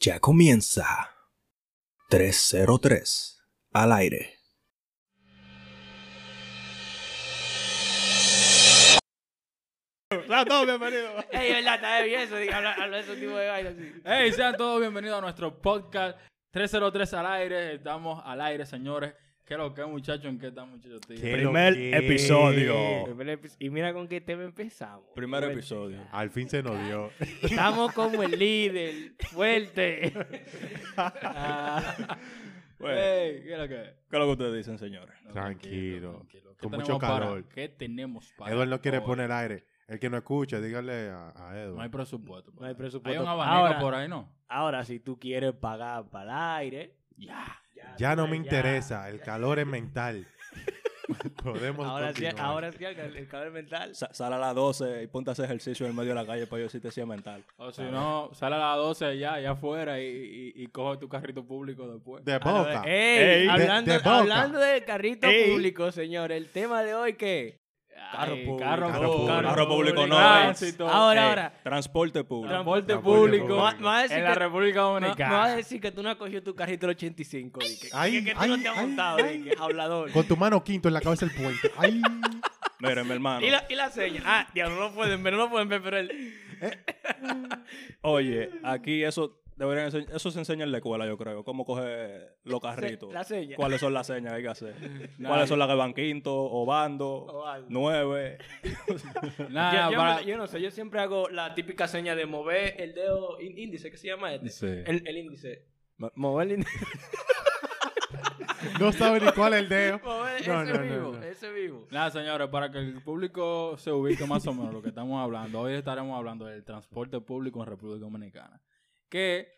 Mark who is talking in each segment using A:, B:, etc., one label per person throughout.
A: Ya comienza 303 al aire.
B: Hola a todos, bienvenidos.
C: Ey, verdad, está bien eso, diga, habla, habla de ese tipo de vaina así.
B: Hey, sean todos bienvenidos a nuestro podcast 303 al aire. Estamos al aire, señores. ¿Qué es lo que, muchachos? ¿En qué están, muchachos? Estoy-
D: ¿Qué?
E: Primer
D: lo que-
E: episodio.
C: Primer epi- Y mira con qué tema empezamos.
A: Primer
C: Fuerte.
A: episodio.
D: Al fin se nos dio.
C: Estamos como el líder, fuerte.
B: Ah.
A: Bueno.
B: Ey, ¿qué es lo que?
A: ¿Qué es lo que ustedes dicen, señores?
B: No,
D: Tranquilo,
B: ¿Qué
D: con
B: tenemos
D: mucho
B: para-
D: calor.
B: ¿Qué tenemos para
D: Edward no quiere
B: hoy?
D: poner aire. El que no escucha, dígale a, a
B: No hay
D: Edward.
B: presupuesto. pues.
C: No hay presupuesto.
B: Hay un abanico
C: Ahora-
B: por ahí, ¿no?
C: Ahora, si tú quieres pagar para el aire, ya.
D: Ya no me
C: ya.
D: interesa. El calor es mental. Podemos
C: Ahora sí,
D: continuar.
C: ahora sí, el, el calor mental.
E: Sa- Sal a las 12 y ponte a hacer ejercicio en el medio de la calle para yo decirte si es mental.
B: O si no, sale a las 12 ya, allá afuera y, y, y coge tu carrito público después.
D: De
C: Ah, no,
D: boca.
C: ey,
E: Ey,
C: hablando,
D: de- de boca.
C: hablando del carrito
E: Ey.
C: público, señor, el tema de hoy, ¿qué?
B: Ay,
E: público,
B: Carro,
D: carro
B: público.
D: público.
E: Carro público no
B: Tránsito.
C: Ahora,
E: Ey,
C: ahora.
E: Transporte público.
B: Transporte,
D: Transporte
B: público.
D: público.
C: Me va a decir
B: En la
C: que-
B: República
C: No, me
B: Dominicana.
C: vas a decir que tú no has cogido tu carrito del 85, di que,
D: Ay,
C: que- que tú
D: ay,
C: no te has
D: ay,
C: montado,
D: ay.
C: di que, hablador.
D: Con tu mano quinto en la cabeza del puente. Ay.
E: Miren, mi hermano.
C: Y la, y la seña. Ah, diablo, no lo pueden ver, no lo pueden ver, pero él.
E: Oye, aquí eso deberían ense- eso se enseña en la escuela, yo creo. Cómo coger los carritos.
C: la seña.
E: ¿Cuáles son las señas que hay que hacer? ¿Cuáles son las que van quinto, obando,
C: Obando.
E: nueve?
B: Nah,
C: yo, yo
B: para-
C: me- yo no sé, yo siempre hago la típica seña de mover el dedo ín- índice, ¿qué se llama este?
B: Sí.
C: El, el índice. Mover el índice.
D: No sabe ni cuál es el dedo.
C: Mover
D: No,
C: ese
D: no, no,
C: vivo,
D: no.
C: ese vivo.
B: Nada, señores, para que el público se ubique más o menos lo que estamos hablando, hoy estaremos hablando del transporte público en República Dominicana. Que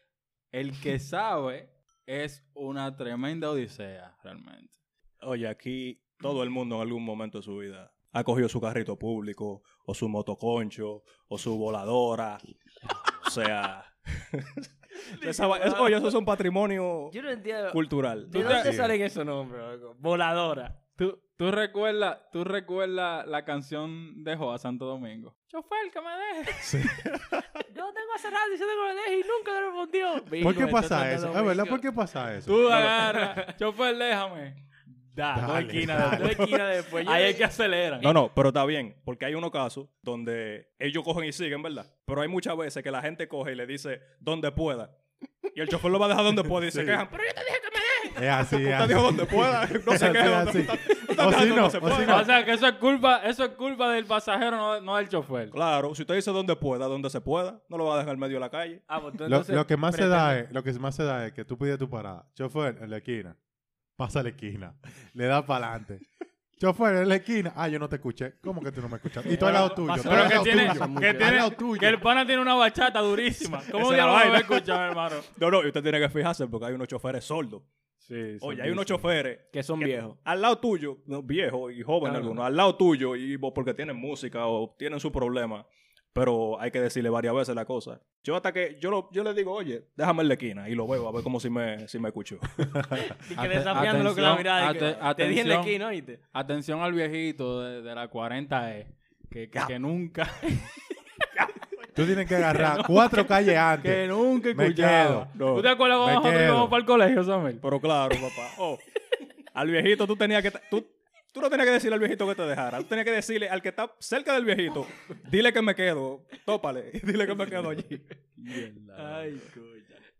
B: el que sabe es una tremenda odisea, realmente.
E: Oye, aquí todo el mundo en algún momento de su vida ha cogido su carrito público, o su motoconcho, o su voladora. o sea. esa va- es- oye, eso es un patrimonio
C: Yo no entiendo.
E: cultural.
C: ¿De
D: Tú
C: dónde
D: te-
C: salen esos nombres? loco? Voladora.
B: ¿Tú, tú recuerdas tú recuerdas la canción de Joa Santo Domingo? Chofer, que me deje.
C: Yo tengo cerrado y se tengo lo y nunca lo respondió.
D: ¿Por qué pasa eso? Es verdad, ¿por qué pasa eso?
B: Tú agarras. Chofer, déjame. Da, dos
D: Dale,
B: esquinas.
D: dale.
B: después.
C: Dos esquinas después. Yo-
B: Ahí es que aceleran.
E: No, no, pero está bien, porque hay unos casos donde ellos cogen y siguen, ¿verdad? Pero hay muchas veces que la gente coge y le dice donde pueda. Y el chofer lo va a dejar donde pueda y se
D: Sí.
E: quejan. Pero
D: Es así, es
E: te
D: así.
E: dijo donde pueda. No
D: Es
E: se
D: así,
E: quejan.
D: así.
E: estás
D: O si
E: dejando
D: no,
E: donde se
D: o si
E: pueda.
D: no.
B: O sea, que eso es culpa, eso es culpa del pasajero, no, no del chofer.
E: Claro, si usted dice donde pueda, donde se pueda, no lo va a dejar en medio de la calle.
C: Ah, pues tú
D: Lo,
C: entonces
D: lo que más se
C: pretende-
D: da es, lo que más se da es que tú pides tu parada. Chofer en la esquina. Pasa a la esquina. Le da para adelante. Chofer en la esquina. Ah, yo no te escuché. ¿Cómo que tú no me escuchaste? Y tú al lado tuyo. tú
B: Pero
D: al
B: que
D: lado
B: tiene,
D: tuyo,
B: que
D: tú al lado
B: tiene,
D: tuyo.
B: que el pana tiene una bachata durísima.
E: Esa es
B: ¿Cómo
E: la
B: diablos me va a
E: vaina.
B: escuchar, hermano?
E: No, no, y usted tiene que fijarse porque hay unos choferes sordos.
B: Sí,
E: Oye, hay unos choferes
C: Que son
E: que-
C: viejos.
E: al lado tuyo, no, viejos y jóvenes
C: Claro.
E: algunos, al lado tuyo, y vos porque tienen música o tienen su problema, pero hay que decirle varias veces la cosa. Yo hasta que yo, lo- yo le digo, oye, déjame en la esquina y lo veo a ver como si me, si me escuchó.
C: Y que
B: Ate-
C: desafiándolo con la
B: atención,
C: mirada. y que
B: ate-
C: te dije en la
B: atención.
C: esquina, ¿oíste?
B: Atención al viejito de, de la 40E. Que, que, que nunca,
D: Tú tienes que agarrar cuatro calles
B: que
D: antes.
B: nunca
D: Me
B: escuchaba.
D: quedo. No,
B: ¿Tú te acuerdas
D: me
B: cuando nosotros
D: quedo.
B: íbamos para el colegio, Samuel?
E: Pero claro, papá. oh, al viejito tú tenías que... Tú, tú no tenías que decirle al viejito que te dejara. Tú tenías que decirle al que está cerca del viejito, dile que me quedo, tópale, y dile que me quedo allí.
C: Ay, coño.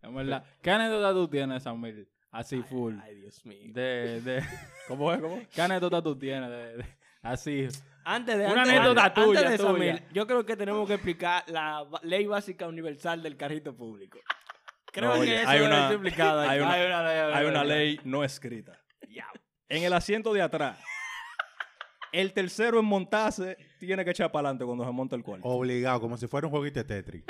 B: Es verdad. ¿Qué anécdota tú tienes, Samuel? Así full.
C: Ay, Dios mío.
B: De, de,
E: ¿Cómo es? ¿Cómo es?
B: ¿Qué anécdota tú tienes? de- de- así.
C: Antes de,
B: Una
C: antes,
B: anécdota
C: antes- antes
B: tuya,
C: de
B: tuya.
C: Samuel, yo creo que tenemos que explicar la ba- ley básica universal del carrito público. Creo
E: No,
C: que
E: oye,
C: eso
E: hay
C: debe
E: una-
C: ser explicado.
E: hay una-
C: ley.
E: Hay una ley no escrita.
C: Ya.
E: En el asiento de atrás. El tercero en montarse tiene que echar para adelante cuando se monta el cuarto.
D: Obligado, como si fuera un jueguito de Tetris.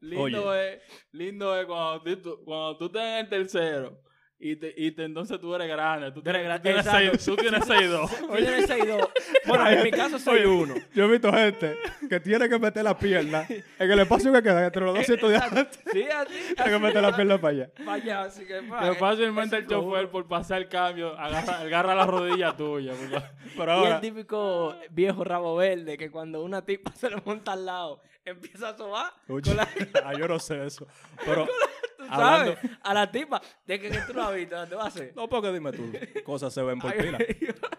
B: Lindo
C: eh.
B: es, lindo es cuando tú- tú, cuando tú estás en el tercero y, te, y te- entonces tú eres grande. Tú
C: eres
B: tienes,
C: grande,
B: tú tienes
C: exacto.
B: seis- tú tienes 6'2".
C: Yo de 6'2. Bueno, en mi caso soy
E: Oye,
C: uno.
E: Yo he visto gente que tiene que meter la pierna en el espacio que queda entre los dos asientos de adelante.
C: Sí, así.
E: Tiene que meter la pierna para allá.
C: Vaya, así que.
B: Que
C: pa,
B: fácilmente el
C: es como-
B: chofer por pasar el cambio agarra, agarra la rodilla tuya. porque-
E: Pero
C: Y el
E: ahora,
C: típico viejo rabo verde que cuando una tipa se le monta al lado empieza a sobar
E: Oye,
C: con la,
E: ah, yo no sé eso. Pero
C: tú sabes, a la tipa, de que, que tú no has visto, la te va a hacer.
E: No, porque dime tú, cosas se ven por
C: Ay,
E: pila.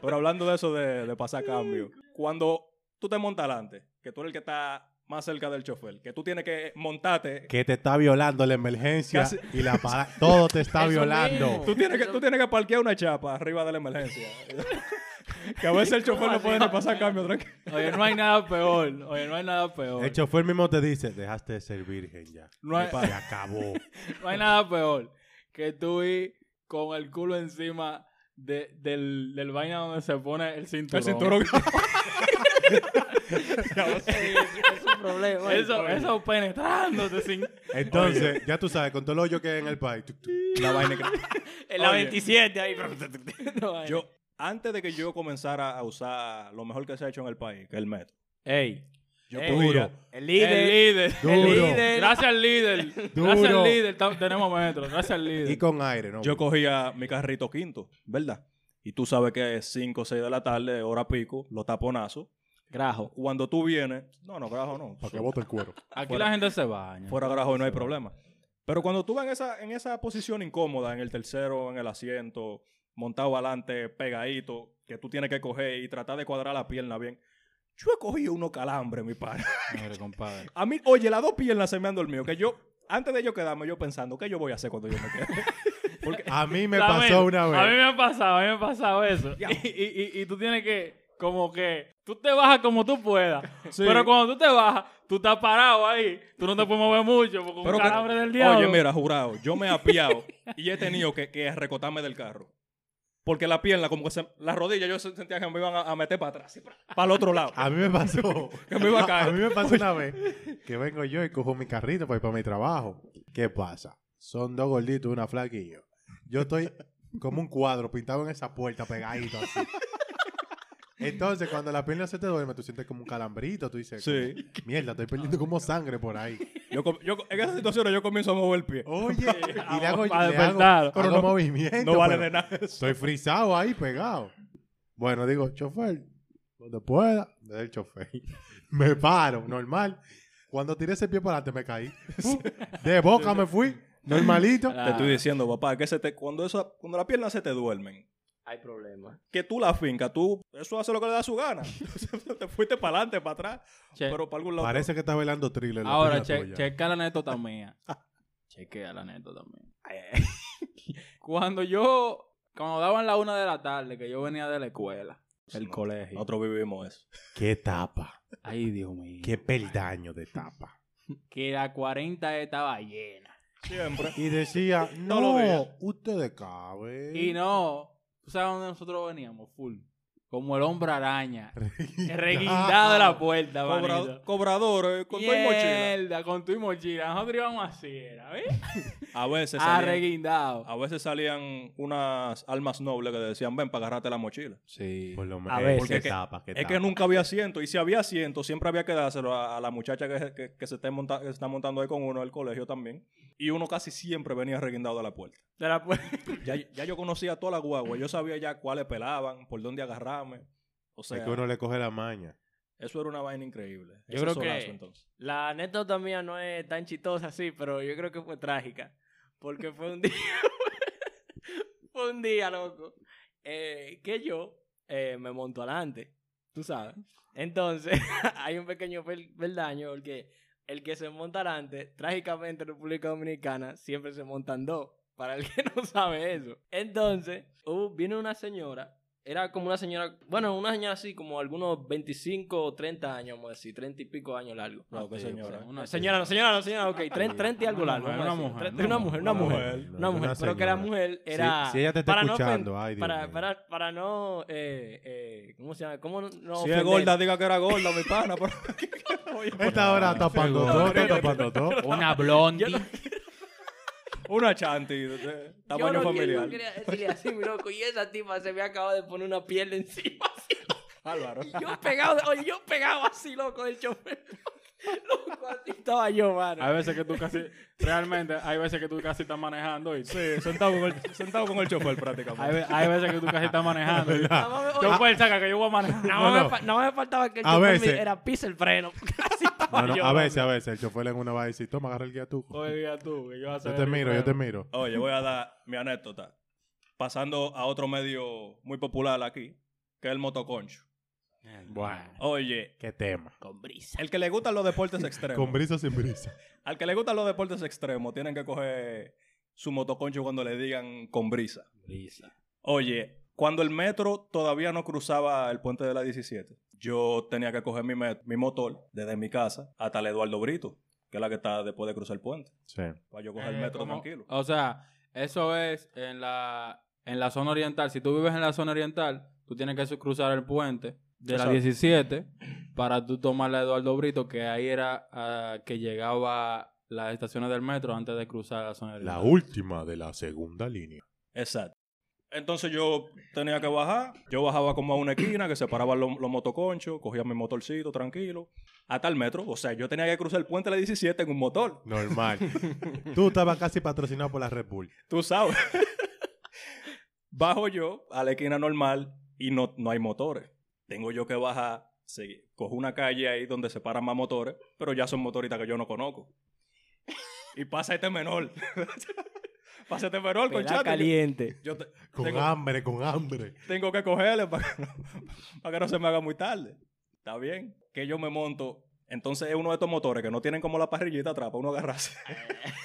E: Pero hablando de eso de, de pasar cambio, cuando tú te montas adelante, que tú eres el que está más cerca del chofer, que tú tienes que montarte,
D: Que te está violando la emergencia
E: Casi-
D: y la para- Todo te está
C: Eso
D: violando.
C: mismo.
E: tú tienes que, tú tienes que parquear una chapa arriba de la emergencia. que a veces el chofer no puede ni pasar cambio, tranquilo.
B: Oye, no hay nada peor. Oye, no hay nada peor.
D: El chofer mismo te dice, dejaste de ser virgen ya.
B: No hay-
D: Se acabó.
B: No hay nada peor que tú ir con el culo encima de- del, del vaina donde se pone el cinturón.
E: El cinturón.
C: Sí, es un problema.
B: Eso, eso penetrándote sin...
D: Entonces, ya tú sabes, con todo el hoyo que hay en el país. tuc, tuc.
E: La vaina que-
C: En la
E: Oye.
C: 27 ahí. no, ahí.
E: Yo, antes de que yo comenzara a usar lo mejor que se ha hecho en el país, que es el metro,
B: Ey,
E: yo
C: Ey.
E: cogía-
C: el
B: el
C: líder.
B: líder.
D: Duro.
C: líder.
B: Gracias al líder.
D: Duro.
B: Gracias al líder. ta- Tenemos metro. Gracias al líder.
D: Y con aire, ¿no?
E: Yo cogía mi carrito quinto, ¿verdad? Y tú sabes que es 5 o 6 de la tarde, hora pico, los taponazos.
B: Grajo.
E: Cuando tú vienes, no, no, grajo no.
D: Para que bote el cuero.
B: Aquí
E: Fuera.
B: la gente se baña.
E: Fuera grajo y no hay problema. Pero cuando tú vas en esa, en esa posición incómoda, en el tercero, en el asiento, montado adelante, pegadito, que tú tienes que coger y tratar de cuadrar la pierna bien. Yo he cogido unos calambres, mi padre.
B: Mire, compadre.
E: A mí, oye, las dos piernas se me han dormido. Que yo, antes de yo quedarme, yo pensando, ¿qué yo voy a hacer cuando yo me quede? Porque
D: A mí me
B: Saben,
D: pasó una
B: A mí
D: vez.
B: me ha pasado, a mí me ha pasado eso. Y, y- y- y tú tienes que, como que, tú te bajas como tú puedas.
E: Sí.
B: Pero cuando tú te bajas, tú estás parado ahí. Tú no te puedes mover mucho porque un
E: Pero que-
B: calambre del diablo.
E: Oye, mira, jurado, yo me he apiado y he tenido que, que recotarme del carro. Porque la pierna, como que se, las rodillas, yo se- sentía que me iban a, a meter para atrás, para el otro lado.
D: A mí me pasó.
E: Que me iba a
D: a,
E: caer.
D: mí me pasó una vez que vengo yo y cojo mi carrito para ir para mi trabajo. ¿Qué pasa? Son dos gorditos, una flaca y yo. Yo estoy como un cuadro pintado en esa puerta, pegadito así. Entonces, cuando la pierna se te duerme, tú sientes como un calambrito. Tú dices,
E: Sí.
D: como, mierda, estoy perdiendo como sangre por ahí.
E: Yo, com- yo- en esa situación yo comienzo a mover el pie.
D: Oye, y le hago,
B: Para
D: le hago,
B: despertar.
D: hago
E: Pero no-
D: movimiento.
E: No vale
D: pero
E: de nada.
D: Estoy frisado ahí, pegado. Bueno, digo, chofer, donde pueda, me da el chofer. Me paro, normal. Cuando tiré ese pie para adelante me caí.
C: Uh.
D: Pum, De boca me fui, normalito.
B: Ah.
E: Te estoy diciendo, papá, que se te, cuando, eso, cuando las piernas se te duermen,
C: Hay problemas.
E: que tú la finca, tú, eso hace lo que le da su gana. te fuiste para adelante, para atrás,
B: Che,
E: pero para algún lado.
D: Parece que está bailando thriller. la
B: ahora,
D: pierna
B: che,
D: tuya.
B: checa la anécdota mía. Chequea la anécdota mía. cuando yo, cuando daban la una de la tarde, que yo venía de la escuela, del
E: No,
B: colegio.
E: Nosotros vivimos eso.
D: Qué tapa,
B: Ay, Dios mío.
D: qué peldaño de tapa.
B: Que la 40 estaba llena.
E: Siempre.
D: Y decía,
E: Todos los días.
D: no, ustedes caben.
B: Y no, ¿tú sabes dónde nosotros veníamos? Full. Como el hombre araña. Reguindado de la puerta,
E: Cobra-
B: manito.
E: cobradores, eh, con todo y mochila.
B: Mierda, con tu y mochila. Nosotros íbamos así, era, ¿ves?
E: A veces
C: Ah,
B: Ah,
E: salían-
B: Arreguindado.
E: A veces salían unas almas nobles que decían, ven para agarrarte la mochila.
B: Sí.
D: Por lo
C: A
D: menos,
C: veces.
D: porque
E: Es que-
D: tapa, qué
E: Es
D: tapa.
E: que nunca había asiento. Y si había asiento, siempre había que dárselo a, a la muchacha que, que- que se esté monta- que se está montando ahí con uno del colegio también. Y uno casi siempre venía reguindado de la puerta.
C: De la puerta.
E: Ya, ya yo conocía a toda la guagua. Yo sabía ya cuáles pelaban, por dónde agarrarme. O sea,
D: Es que uno le coge la maña.
E: eso era una vaina increíble.
C: Yo
E: Ese
C: creo que-
E: solazo, entonces.
C: La anécdota mía no es tan chistosa así, pero yo creo que fue trágica. Porque fue un día. fue un día, loco. eh, que yo eh, me monto adelante. Tú sabes. Entonces, hay un pequeño pel- peldaño porque el que se monta adelante, trágicamente en República Dominicana, siempre se montan dos. Para el que no sabe eso. Entonces, hubo- vino una señora era como una señora, bueno, una señora así, como algunos 25 o 30 años, vamos a decir, 30 y pico años largo.
E: Claro, qué
B: Sí,
E: señora.
B: o sea, una
C: señora, no, señora, no, señora, ok, 30, y algo
B: Una
C: largo. vamos a
B: mujer, una
C: decir,
B: mujer,
C: 30, una mujer, una mujer. Una mujer, pero que la
D: señora.
C: mujer era...
D: si ella te está
C: para no ofen-
D: escuchando, ay, Dios
C: para,
D: mío.
C: para, para no... Eh, eh, ¿Cómo se llama? ¿Cómo no
E: Si es
C: ofender?
E: gorda, diga que era gorda, mi pana. pero-
D: Esta hora
C: Ah.
D: tapando
B: Seguro.
D: todo, está tapando todo.
B: Una blondie.
C: Yo
E: Una chanti de, de
C: Yo
E: tamaño
C: no que-
E: familiar.
C: no quería decirle así, mi loco, y esa tipa se me acaba de poner una piel encima. así.
E: Álvaro.
C: Y yo pegado, oye, yo pegado así, loco, del chofer. Loco, así estaba yo, mano.
B: Hay veces que tú casi, realmente, hay veces que tú casi estás manejando. Y,
E: Sí, sentado con el, sentado con el chofer prácticamente.
B: hay, ve- hay veces que tú casi estás manejando. y-
D: ¿Verdad?
C: Nada más me-
B: Yo voy saca que yo voy a manejar.
C: Nada
D: No,
C: más,
D: no.
C: Me, fa- nada más me faltaba que el
D: A
C: chofer me
D: veces.
C: dijera pisa el freno. Así
D: No, no,
C: Yo
D: a
C: no-
D: veces, a veces, el chofer en una va a decir, toma, agarra el guía tú.
B: Oh,
C: Oiga tú, que yo voy a
D: Yo
C: saber
D: te
C: el
D: miro, yo te
C: enfermo.
D: miro.
E: Oye, voy a dar mi anécdota. Pasando a otro medio muy popular aquí, que es el motoconcho.
D: Bueno,
E: Oye,
D: qué tema.
C: Con brisa.
E: el que le gustan los deportes extremos.
D: Con brisa o sin brisa.
E: Al que le gustan los deportes extremos, tienen que coger su motoconcho cuando le digan con brisa. Oye, cuando el metro todavía no cruzaba el puente de la 17, yo tenía que coger mi, met- mi motor desde mi casa hasta el Eduardo Brito, que es la que está después de cruzar el puente,
D: Sí.
E: para yo coger el
B: Eh,
E: metro
B: como-
E: tranquilo.
B: O sea, eso es en la, en la zona oriental. Si tú vives en la zona oriental, tú tienes que su- cruzar el puente de la
E: Exacto.
B: 17 para tú tomar la Eduardo Brito, que ahí era ah, que llegaba las estaciones del metro antes de cruzar la zona oriental.
D: La última de la segunda línea.
E: Exacto. Entonces yo tenía que bajar, yo bajaba como a una esquina que separaban los, los motoconchos, cogía mi motorcito tranquilo, hasta el metro. O sea, yo tenía que cruzar el puente de la 17 en un motor,
D: Normal. Tú estabas casi patrocinado por la Red Bull.
E: tú sabes. Bajo yo a la esquina normal y no, no hay motores. Tengo yo que bajar, sí, cojo una calle ahí donde se paran más motores, pero ya son motoristas que yo no conozco. Y pasa este menor. pasa este menor con
C: Pelá caliente.
E: Yo te-
D: Con
E: Tengo-
D: hambre, con hambre.
E: tengo que cogerle para que, no, pa' que no se me haga muy tarde. Está bien, que yo me monto. Entonces es uno de estos motores que no tienen como la parrillita atrás para uno agarrarse.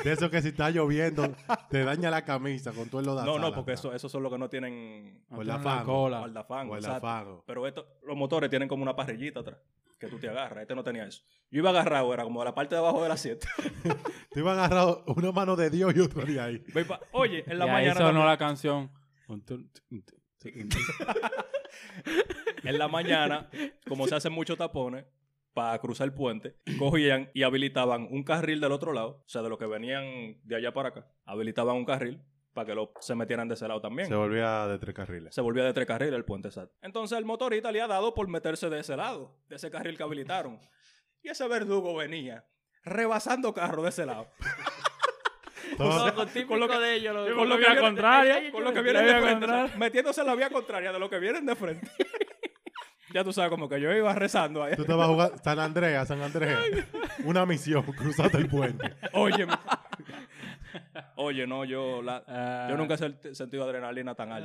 D: De eso que si está lloviendo, te daña la camisa con todo el lodazal.
E: No, no, porque
D: atrás.
E: eso, esos son los que no tienen
B: No
D: Por
B: tienen
D: la fan.
B: cola.
E: guardafán.
D: O el
E: exacto.
D: afano.
E: Pero estos- los motores tienen como una parrillita atrás que tú te agarras. Este no tenía eso. Yo iba agarrado, era como de la parte de abajo del asiento.
D: Te iba agarrado una mano de Dios y otra de ahí.
E: Voy pa- Oye, en la
B: y ahí
E: mañana.
B: sonó
E: también-
B: la canción.
E: en la mañana, como se hacen muchos tapones, para cruzar el puente, cogían y habilitaban un carril del otro lado, o sea, de los que venían de allá para acá, habilitaban un carril para que los se metieran de ese lado también.
D: Se volvía de tres carriles.
E: Se volvía de tres carriles el puente, exacto. Entonces el motorista le ha dado por meterse de ese lado, de ese carril que habilitaron. Y ese verdugo venía rebasando carro de ese lado.
D: Todo-
C: Loco, típico de ellos. loco.
E: Con lo que
C: Mira,
E: viene-
C: contraria.
E: Con lo que vienen de frente, o sea, metiéndose en la vía contraria de lo que vienen de frente. ya tú sabes, como que yo iba rezando ahí.
D: Tú estabas jugando San Andrea, San Andrea. Una misión, cruzaste el puente.
E: Oye, Oye, no, yo, la- yo nunca he sent- sentido adrenalina tan
C: Ah.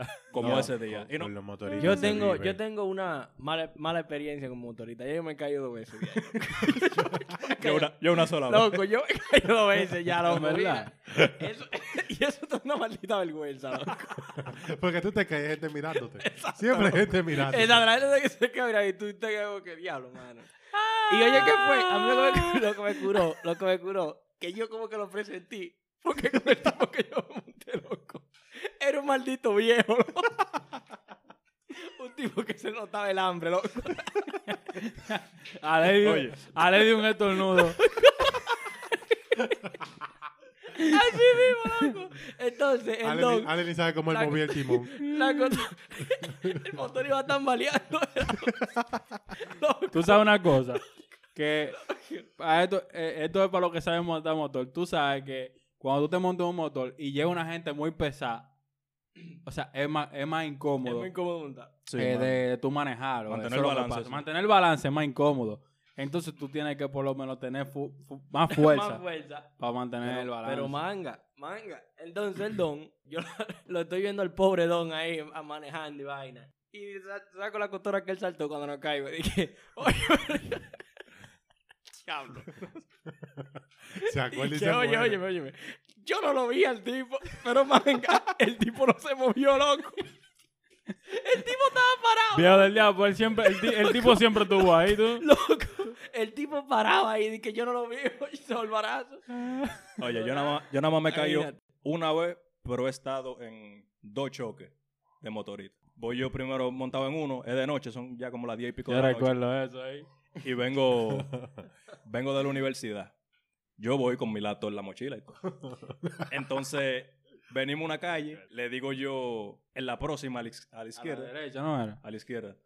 E: alta como, como
D: No,
E: ese día.
D: con-
E: Y no-
D: con los motoristas
C: Yo
D: se
C: tengo,
D: vive.
C: yo tengo una mala, mala experiencia como motorista. Yo me he caído dos veces. ya.
E: yo, una, yo una sola vez.
C: Loco, yo me he caído dos veces ya, loco.
B: ¿Verdad?
C: mira. Eso, y eso es una maldita vergüenza, loco.
D: Porque tú te caes gente mirándote. Siempre hay gente mirándote.
C: Esa la gente que se quebra y tú te quedas como que diablo, mano. Y oye, ¿qué fue? A mí lo que, me, lo que me curó, lo que me curó, que yo como que lo presentí, porque con el tipo que yo me monté loco, era un maldito viejo, loco. Un tipo que se notaba el hambre, loco.
B: A ley
E: Oye.
B: de, a ley de un estornudo.
C: Así mismo, loco. Entonces, el
D: Ale,
C: don,
D: ni- Ale ni sabe cómo él
C: La-
D: movía el timón.
C: la cosa- el motor iba tambaleando. Loco,
B: Tú sabes una cosa. Que a esto, eh, esto es para los que saben montar motor. Tú sabes que cuando tú te montas un motor y llega una gente muy pesada, o sea, es más, es más
C: es
B: incómodo
C: muy incómodo montar.
E: Sí,
B: eh,
E: man.
B: de, de tú manejarlo.
E: Mantener
B: Eso es lo que
E: balance,
B: pasa.
E: sí.
B: Mantener el balance es más incómodo. Entonces tú tienes que por lo menos tener fu- fu- más fuerza
C: Más fuerza.
B: para mantener el
C: Pero,
B: balance.
C: pero manga, manga. Entonces el don, yo lo estoy viendo al pobre don ahí a- manejando y vaina. Y sa- saco la costura que él saltó cuando no caigo. Y dije, oye, pero- diablo.
D: Se acuerda y
C: Y
D: se
C: que, oye,
D: muere.
C: oye, oye. Yo no lo vi al tipo, pero manga, el tipo no se movió, loco. El tipo estaba parado.
B: Viejo del diablo, él siempre, el, ti- el tipo siempre estuvo ahí, tú.
C: Loco, el tipo parado ahí, de que yo no lo vi, y se el barazo.
E: Oye, yo nada, más, yo nada más me caí
C: Imagínate.
E: una vez, pero he estado en dos choques de motorista. Voy yo primero montado en uno, es de noche, son ya como las 10 y pico
B: Yo
E: de la noche.
B: recuerdo eso ahí.
E: Y vengo, vengo de la universidad. Yo voy con mi laptop en la mochila y todo. Entonces, venimos a una calle, le digo yo, en la próxima a la, iz- a la
B: A la
E: izquierda.
B: derecha, ¿no era?
E: a la izquierda.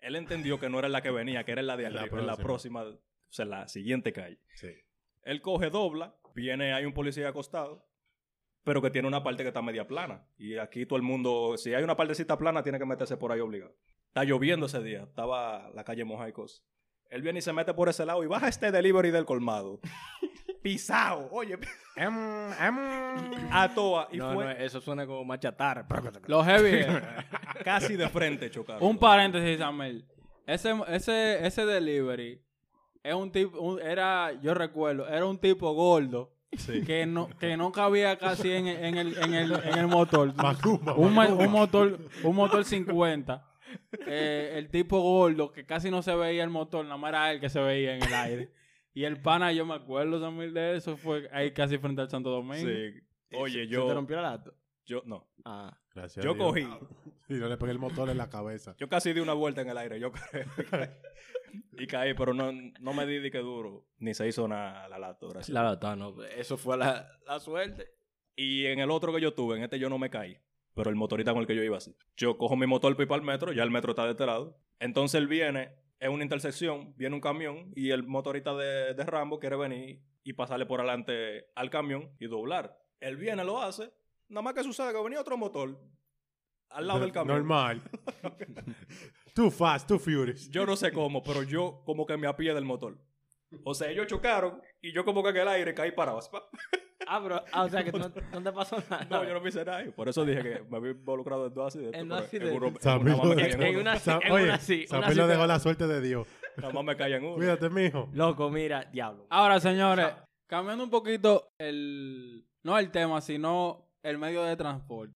E: Él entendió que no era la que venía, que era la de
D: La
E: arriba, en la próxima, o sea, en la siguiente calle.
D: Sí.
E: Él coge dobla, viene, hay un policía acostado, pero que tiene una parte que está media plana. Y aquí todo el mundo, si hay una partecita plana, tiene que meterse por ahí obligado. Está lloviendo ese día, estaba la calle mojada y cosas. Él viene y se mete por ese lado y baja este delivery del colmado. Pisao, oye,
D: Em, em.
E: a toa. Y
C: No,
E: fue
C: no, eso suena como más chatarra.
B: Lo heavy es-
E: casi de frente chocado.
B: Un paréntesis, Samuel. Ese, ese, ese delivery es un tipo, un- era, yo recuerdo, era un tipo gordo que no, que no cabía casi en, el- en el, en el, en el motor.
D: Macumba,
B: un, ma-
D: macumba.
B: un motor, un motor 50. Eh, el tipo gordo que casi no se veía el motor, nada más era él que se veía en el aire. Y el pana, yo me acuerdo, Samuel, de eso, fue ahí casi frente al Santo Domingo.
E: Sí. Oye,
C: Eh, ¿Se te
E: yo,
C: rompió la lata?
E: yo, no,
C: Ah.
D: Gracias a
E: yo
D: Dios.
E: cogí,
D: Y no le pegué el motor en la cabeza.
E: yo casi di una vuelta en el aire, yo creo. y caí, pero no, no me di de que duro, ni se hizo nada la lata, gracias.
C: La lata, no. Eso fue la, la suerte.
E: Y en el otro que yo tuve, en este yo no me caí. Pero el motorista con el que yo iba así. Yo cojo mi motor para ir para el metro, ya el metro está de este lado. Entonces él viene, es una intersección, viene un camión y el motorista de, de Rambo quiere venir y pasarle por adelante al camión y doblar. Él viene, lo hace. Nada más que sucede que venía otro motor al lado del camión.
D: Normal. too fast, too furious.
E: Yo no sé cómo, pero yo como que me apié del motor. O sea, ellos chocaron y yo como que en el aire caí parado. así, pa.
C: Ah, pero, ah, o sea que tú no, no te pasó nada.
E: No, yo no me hice nada. Y Por eso dije que me había involucrado en dos accidentes.
C: En dos
E: pero
C: accidentes.
E: uno-
D: Sammy
E: nada más
D: lo
E: me caí
C: En-
E: en
C: en
E: uno.
C: una sí,
D: Sa-
C: en
D: Oye,
C: una sí,
D: Sammy
C: una sí
D: lo
C: te-
D: dejó la suerte de Dios.
E: Nada más me callan uno.
D: Cuídate, mijo.
C: Loco, mira, diablo.
B: Ahora, señores, cambiando un poquito el. No el tema, sino el medio de transporte.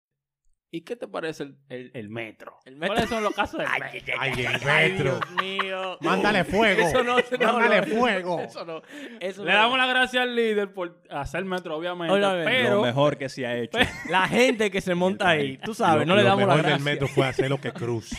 B: ¿Y qué te parece el, el- el metro?
C: El metro-
B: ¿Cuáles son los casos del metro?
D: Ay, el
C: Ay,
D: metro.
C: Dios mío.
D: Mándale fuego.
C: Eso no, no,
D: Mándale
C: no.
D: fuego.
C: Eso no. Eso
B: Le
C: no.
B: damos las gracias al líder por hacer metro, obviamente.
E: Lo
C: Óyame.
B: pero
E: mejor que se ha hecho.
C: La gente que se monta ahí, tú sabes, no
D: Lo-
C: le damos
D: lo
C: la
D: mejor
C: gracia.
D: del metro fue hacer lo que cruz.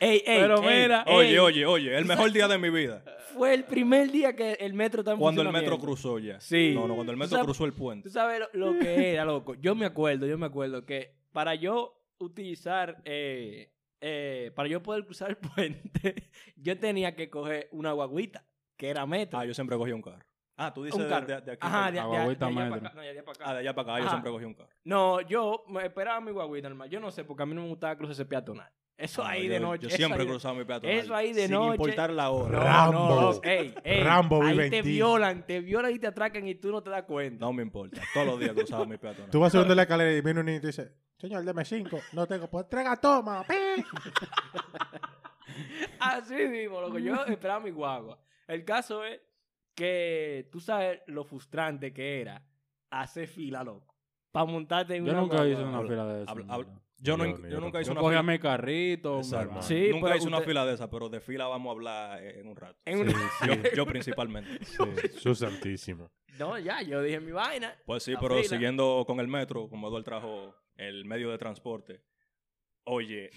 C: Ey, ey,
B: Pero
C: ey,
B: mira,
C: ey,
E: Oye, oye, oye, el mejor día de mi vida.
C: Fue el primer día que el metro estaba en
E: Cuando el metro
C: funcionamiento.
E: cruzó ya.
C: Sí.
E: No, no, cuando el
C: Tú
E: metro
C: sabes-
E: cruzó el
C: Tú
E: puente.
C: sabes lo, lo que era, loco. Yo me acuerdo, yo me acuerdo que para yo utilizar, eh, eh, para yo poder cruzar el puente, yo tenía que coger una guaguita, que era metro.
E: Ah, yo siempre cogía un carro. Ah, tú dices
C: un
E: de,
C: carro.
E: de- de aquí.
C: Ajá, de,
B: La
C: de- de
B: guaguita
C: allá
B: metro.
C: para acá. No, de allá para acá.
E: Ah, de allá para acá, yo
C: Ajá.
E: siempre cogía un carro.
C: No, yo me esperaba mi guaguita normal. Yo no sé, porque a mí no me gustaba cruzar ese peatonal. Eso
E: Ah,
C: ahí
E: yo-
C: de noche.
E: Yo
C: eso
E: siempre
C: ahí de-
E: cruzaba mi plato.
C: eso ahí de
E: sin
C: noche.
E: importar la hora.
C: No,
D: Rambo.
C: no, no, ey, ey,
D: Rambo
C: ahí
D: vive en
C: te
D: ti.
C: violan, te violan y te atracan y tú no te das cuenta.
E: No me importa. Todos los días cruzaba mi peatonal.
D: Tú vas subiendo la escalera y viene un niño y te dice, señor, deme cinco. No tengo, pues entrega, toma. pi".
C: Así mismo, loco. Yo esperaba mi guagua. El caso es que tú sabes lo frustrante que era hacer fila, loco. Para montarte en
B: yo
C: una
B: nunca
C: guagua.
B: hice una
E: Habla-
B: fila de eso.
E: habla-
B: ¿no?
E: habla- yo, no,
D: Yo-
E: yo
D: yo
E: nunca hice
B: yo
E: una
B: cogía
E: fila.
B: mi carrito.
E: Exacto.
B: mi-
C: Sí,
E: nunca
C: pero
E: hice una
C: usted-
E: fila de esa, pero de fila vamos a hablar eh, en un rato.
C: En una-
E: Yo, yo principalmente.
D: Su santísimo.
C: No, ya, yo dije mi vaina.
E: Pues sí,
C: La
E: pero
C: fila.
E: siguiendo con el metro, como Eduardo trajo el medio de transporte. Oye,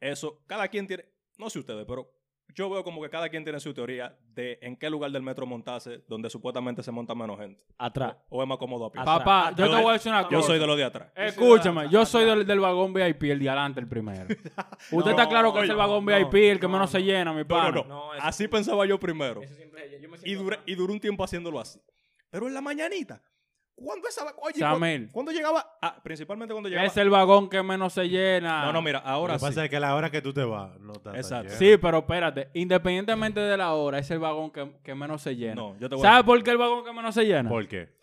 E: eso, cada quien tiene, no sé ustedes, pero yo veo como que cada quien tiene su teoría de en qué lugar del metro montarse donde supuestamente se monta menos gente.
C: Atrás.
E: O es más cómodo a pie.
C: Ah,
B: Papá,
C: Atrás.
B: yo te
E: Yo-
B: voy a decir una cosa.
E: Yo soy de los de atrás.
B: Escúchame, yo soy del, del vagón VIP, el de adelante, el primero. Usted está claro que es el
C: no,
B: vagón
C: no,
B: VIP, el que
C: no,
B: menos se
C: no.
B: llena, mi
E: No,
B: pana.
E: no, no.
C: No, eso-
E: así pensaba yo primero.
C: Eso siempre es ella. Yo me
E: Y
C: siento
E: duré,
C: atrás.
E: y duré un tiempo haciéndolo así. Pero en la mañanita, cuando esa... Oye,
B: Samir.
E: cuando, cuando llegaba... ah, principalmente cuando llegaba...
B: Es el vagón que menos se llena.
E: No, no, mira,
D: Lo
E: ahora
D: que
E: sí.
D: pasa es que a la hora que tú te vas, no está tan
E: Exacto.
D: lleno.
B: Sí, pero espérate. Independientemente de la hora, es el vagón que, que menos se llena.
E: No, yo te voy a-
B: ¿Sabes por qué el vagón que menos se llena?
D: ¿Por qué?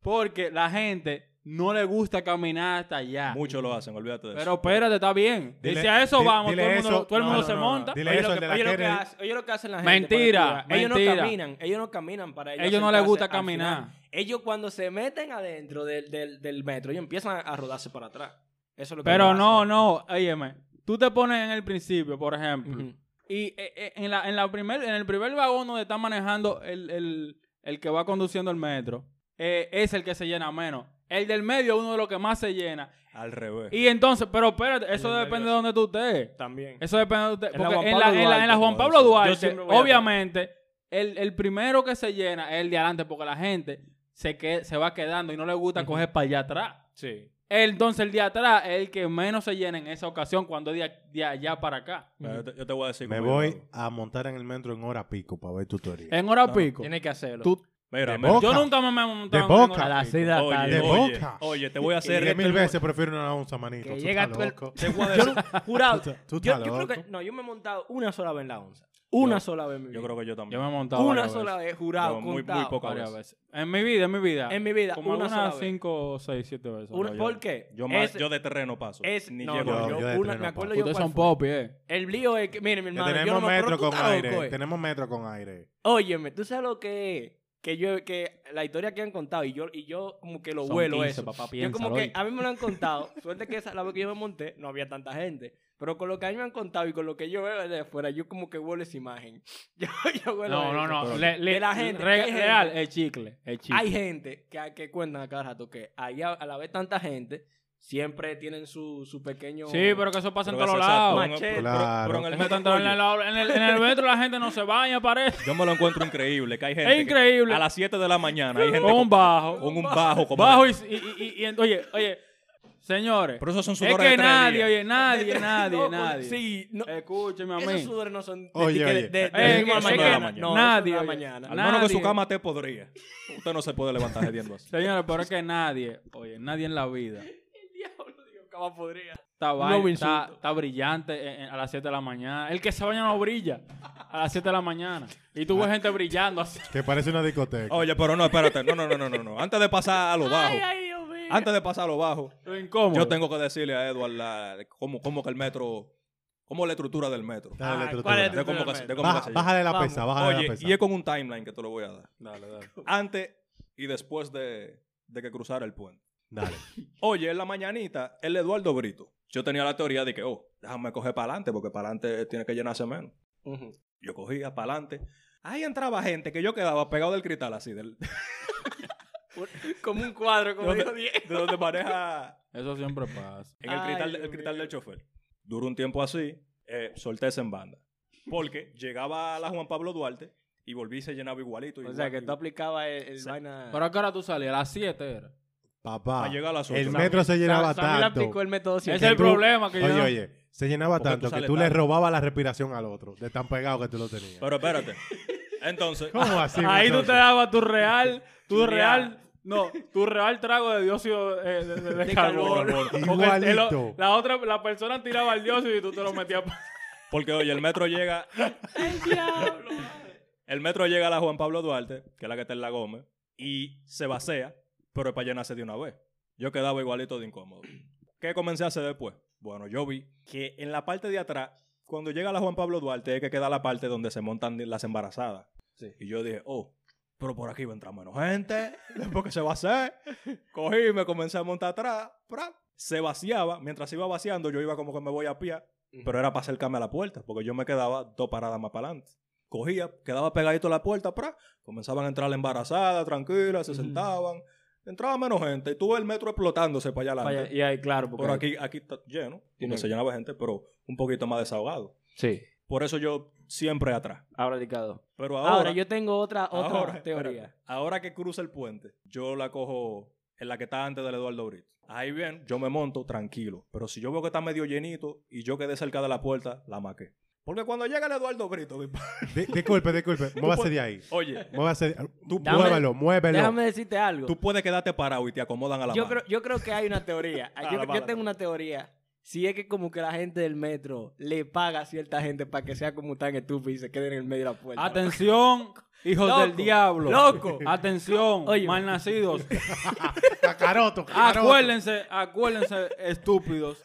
B: Porque la gente no le gusta caminar hasta allá.
E: Muchos lo hacen, olvídate de
B: Pero
E: eso.
B: espérate, está bien.
D: Dile-
B: Dice a eso
D: di-
B: vamos,
D: dile
B: todo el mundo,
D: eso-
B: todo el
D: no,
B: mundo
D: no,
B: se
D: no, no.
B: monta.
D: Dile
C: Oye,
D: eso
C: lo
D: al
C: que-
D: de la
C: oye, lo que
D: Kennedy.
C: hace- oye, lo que hacen la gente.
B: Mentira,
C: para que tú veas. Ellos
B: mentira.
C: no caminan, ellos no caminan para ellos.
B: Ellos no les
C: acercarse
B: gusta
C: al final.
B: caminar.
C: Ellos cuando se meten adentro del, del, del metro, ellos empiezan a rodarse para atrás. Eso es lo que
B: Pero
C: ellos
B: no,
C: hacen.
B: no, óyeme. Tú te pones en el principio, por ejemplo.
C: Ujú.
B: Y eh, eh, en, la, en, la primer, en el primer vagón donde está manejando el, el- el que va conduciendo el metro, eh, es el que se llena menos. El del medio es uno de los que más se llena.
E: Al revés.
B: Y entonces, pero espérate, eso
C: del
B: depende
C: medio,
B: de donde tú estés.
C: También.
B: Eso depende de usted.
C: En la
B: Porque
C: Juan
B: en
C: Pablo
B: la, en, la, en la
C: Duarte,
B: Juan
C: como
B: Pablo
C: decía. Yo
B: Duarte,
C: siempre voy atrás.
B: obviamente, el, el primero que se llena es el de adelante, porque la gente se, que, se va quedando y no le gusta coger para allá atrás.
C: Sí.
B: El- Entonces, el de atrás es el que menos se llena en esa ocasión cuando es de, a- de allá para acá.
E: Mira, Yo te, yo te voy a decir
D: Me
E: cómo yo lo
D: voy
E: hago.
D: a montar en el metro en hora pico para ver tu
C: Eh,
D: teoría.
B: En hora
E: No,
B: pico.
C: Tiene que hacerlo.
B: Tú-
E: Mira,
D: de
E: mira.
D: boca.
B: Yo nunca me me he montado
D: De
B: en
D: boca.
B: hora
D: A las
B: pico.
C: seis de la
E: Oye,
C: tarde.
D: De
E: oye,
D: boca.
E: oye, te voy a hacer este
D: Diez
E: esto
D: mil
E: en-
D: veces prefiero una onza, manito.
C: Que
D: Tú
C: llega
D: estás
C: tú el-
D: loco.
E: Te voy a decir-
C: Jurado.
D: Tú- tú
C: yo,
D: estás
C: yo creo
D: loco.
C: que. No, yo me he montado una sola vez en la onza. Una
E: Yo-
C: sola vez en mi vida.
E: Yo creo que yo
B: Yo
E: también.
B: me he montado
C: Una
B: varias
C: sola
B: veces.
C: vez, jurado,
E: Yo muy- muy
C: contado.
E: poco.
B: Varias veces. En mi vida, en mi vida.
C: En mi vida,
B: Como
C: una sola
B: algunas
C: vez.
B: 5 o 6, 7 veces.
C: Una-
B: No, yo-
C: ¿Por qué?
E: Yo, más-
C: Ese-
E: yo de terreno paso.
C: es,
E: ni
C: no,
E: llego yo.
C: no, yo,
D: Yo de
C: una-
D: tren
C: me
D: no
C: acuerdo
D: paso.
C: yo
B: Ustedes
C: cuál
B: son
C: fue.
B: popis, eh.
C: El lío es que, mire, mi
D: Que
C: hermano, yo
D: tenemos
C: no me
D: metro
C: pero tú
D: con
C: estás
D: aire.
C: loco, eh.
D: Tenemos metro con aire.
C: Óyeme, tú sabes lo que es. Que yo, que la historia que han contado y yo, y yo como que lo vuelo eso.
B: papá,
C: yo como que a mí me lo han contado. Suerte que esa, la vez que yo me monté no había tanta gente. Pero con lo que a mí me han contado y con lo que yo veo de afuera, yo como que vuelo esa imagen. Yo, yo vuelo
B: No, no,
C: eso.
B: no.
E: Pero-
B: Le, le-
C: De la gente,
B: re-
C: que hay gente.
B: real, el chicle. El chicle.
C: Hay gente que, que cuentan a cada rato que allá, al haber tanta gente, siempre tienen su, su pequeño...
B: Sí, pero que eso pasa en
E: Pero
B: todos
E: eso, exacto,
B: lados.
E: en-
C: Machete.
E: pero- pero en el
B: Eso
E: metro,
B: está en todo- en,
E: oye,
B: el, en, el, en el metro la gente no se baña, parece.
E: Yo me lo encuentro increíble. Que hay gente
B: Es
E: que
B: increíble.
E: a las 7 de la mañana hay gente
B: Con un
E: con,
B: bajo.
E: con un bajo. como-
B: Bajo y, y, y- y- y- Oye, oye, señores.
E: Pero esos son
B: Es
E: sudores de
B: que
E: tres
B: nadie,
E: días.
B: oye, nadie,
C: No,
B: nadie,
C: con-
B: nadie.
C: Sí, no,
B: Escúcheme a mí.
C: esos sudores no son de,
D: Oye,
C: de-
D: oye.
C: de- de-
B: Eh,
C: de
B: que-
C: una
B: es que
C: mañana.
E: nadie,
C: No,
B: nadie,
C: eso es
B: oye.
C: una mañana.
E: Al menos que su
B: nadie.
E: cama te podría. Usted no se puede levantar gediendo así.
B: Señores, pero es que nadie, oye, nadie en la vida
C: El diablo, digo, cama podría.
B: está,
C: Nuevo
B: vaina, está,
C: insulto.
B: está brillante en- en- a las 7 de la mañana. El que se baña no brilla a las 7 de la mañana. Y tú ves gente brillando así.
D: Que parece una discoteca.
E: Oye, pero no, espérate. No, no, no, no, no, no. Antes de pasar a lo bajo. Antes de pasar a lo bajo.
B: Lo incómodo.
E: Yo tengo que decirle a Edward la- cómo, cómo que el metro, cómo la estructura del metro.
D: Dale,
C: Ah,
D: estructura.
C: ¿cuál es la
E: De cómo que se- de cómo que
D: Baja-
E: se llama.
D: bájale la
C: Vamos.
D: pesa, bájale
E: Oye,
D: la pesa.
E: y es con un timeline que te lo voy a dar.
B: Dale, dale.
E: Antes y después de, de que cruzara el puente.
D: Dale.
E: Oye, en la mañanita, el Eduardo Brito. Yo tenía la teoría de que, oh, déjame coger para adelante porque para adelante tiene que llenarse menos. Yo cogía para adelante. Ahí entraba gente que yo quedaba pegado del cristal así, del-
C: Como un cuadro, como
E: ¿Dónde?
C: dijo Diego.
E: de donde maneja
B: Eso siempre pasa.
E: En el
C: Ay,
E: cristal,
C: Dios
E: el cristal
C: mío.
E: del chofer. Duró un tiempo así, eh, solté esa en banda. Porque llegaba a la Juan Pablo Duarte y volví y se llenaba igualito.
C: O
E: igual,
C: sea, que tú
E: igual.
C: aplicabas el, el vaina...
B: Pero acá ahora tú salías a las 7 era.
D: Papá,
E: Para llegar a las ocho.
D: el metro se llenaba
C: Sammy le
D: tanto.
C: aplicó el método
B: Ese es
D: que
B: el
D: tú-
B: problema que
D: Oye,
B: yo.
D: oye, se llenaba
E: Porque tú
D: tanto que
E: sales
D: tú le
E: tarde.
D: robabas la respiración al otro, de tan pegado que tú lo tenías.
E: Pero espérate. Entonces,
D: ¿Cómo así?
B: Ahí tú
D: muchacho?
B: te dabas tu real, tu
C: Ya.
B: real, no, tu real trago de dióxido eh, de, de- de
C: De
B: carbono.
C: calor.
B: Porque el- el-
D: Igualito.
B: la otra, la persona tiraba el dióxido y tú te lo metías. pa-
E: porque oye, el metro llega,
C: El diablo.
E: el metro llega a la Juan Pablo Duarte, que es la que está en la Gómez, y se vacía, pero es para llenarse de una vez. Yo quedaba igualito de incómodo. ¿Qué comencé a hacer después? Bueno, yo vi que en la parte de atrás, cuando llega la Juan Pablo Duarte, es que queda la parte donde se montan las embarazadas. Y yo dije, oh, pero por aquí va a entrar menos gente, después que se va a hacer. Cogí y me comencé a montar atrás. pra. Se vaciaba. Mientras iba vaciando, yo iba como que me voy a pie, pero era para acercarme a la puerta, porque yo me quedaba dos paradas más para adelante. Cogía, quedaba pegadito a la puerta, pra. comenzaban a entrar las embarazadas, tranquilas, se sentaban. Entraba menos gente y tuve el metro explotándose para allá adelante.
C: Vaya, y ahí, claro, porque...
E: Pero aquí, aquí está lleno,
C: Tiene-
E: porque se llenaba de gente, pero un poquito más desahogado.
C: Sí,
E: Por eso yo siempre atrás.
C: ahora indicado.
E: Pero
C: Ahora,
E: ahora,
C: yo tengo otra, otra
E: ahora,
C: teoría.
E: espérate, ahora que cruza el puente, yo la cojo en la que está antes del Eduardo Brito. Ahí bien, yo me monto tranquilo. Pero si yo veo que está medio llenito y yo quedé cerca de la puerta, la maqué. Porque cuando llega el Eduardo Brito, mi pa-
D: Di- disculpe, disculpe. Muévase de ahí.
E: oye,
D: Muévase. de-
E: Dame-
D: Muévelo, muévelo.
C: Déjame decirte algo.
E: tú puedes quedarte parado y te acomodan a la
C: yo,
E: mano.
C: creo, yo creo que hay una teoría.
E: A
C: Yo-
E: la
C: yo,
E: mala.
C: tengo una teoría. Si es que como que la gente del metro le paga a cierta gente para que sea como tan estúpida y se quede en el medio de la puerta.
B: Atención, hijos
C: Loco,
B: del diablo.
C: loco.
B: Atención,
C: Oye.
B: malnacidos.
D: Cacaroto, cacaroto.
B: Ah, Acuérdense, acuérdense, estúpidos.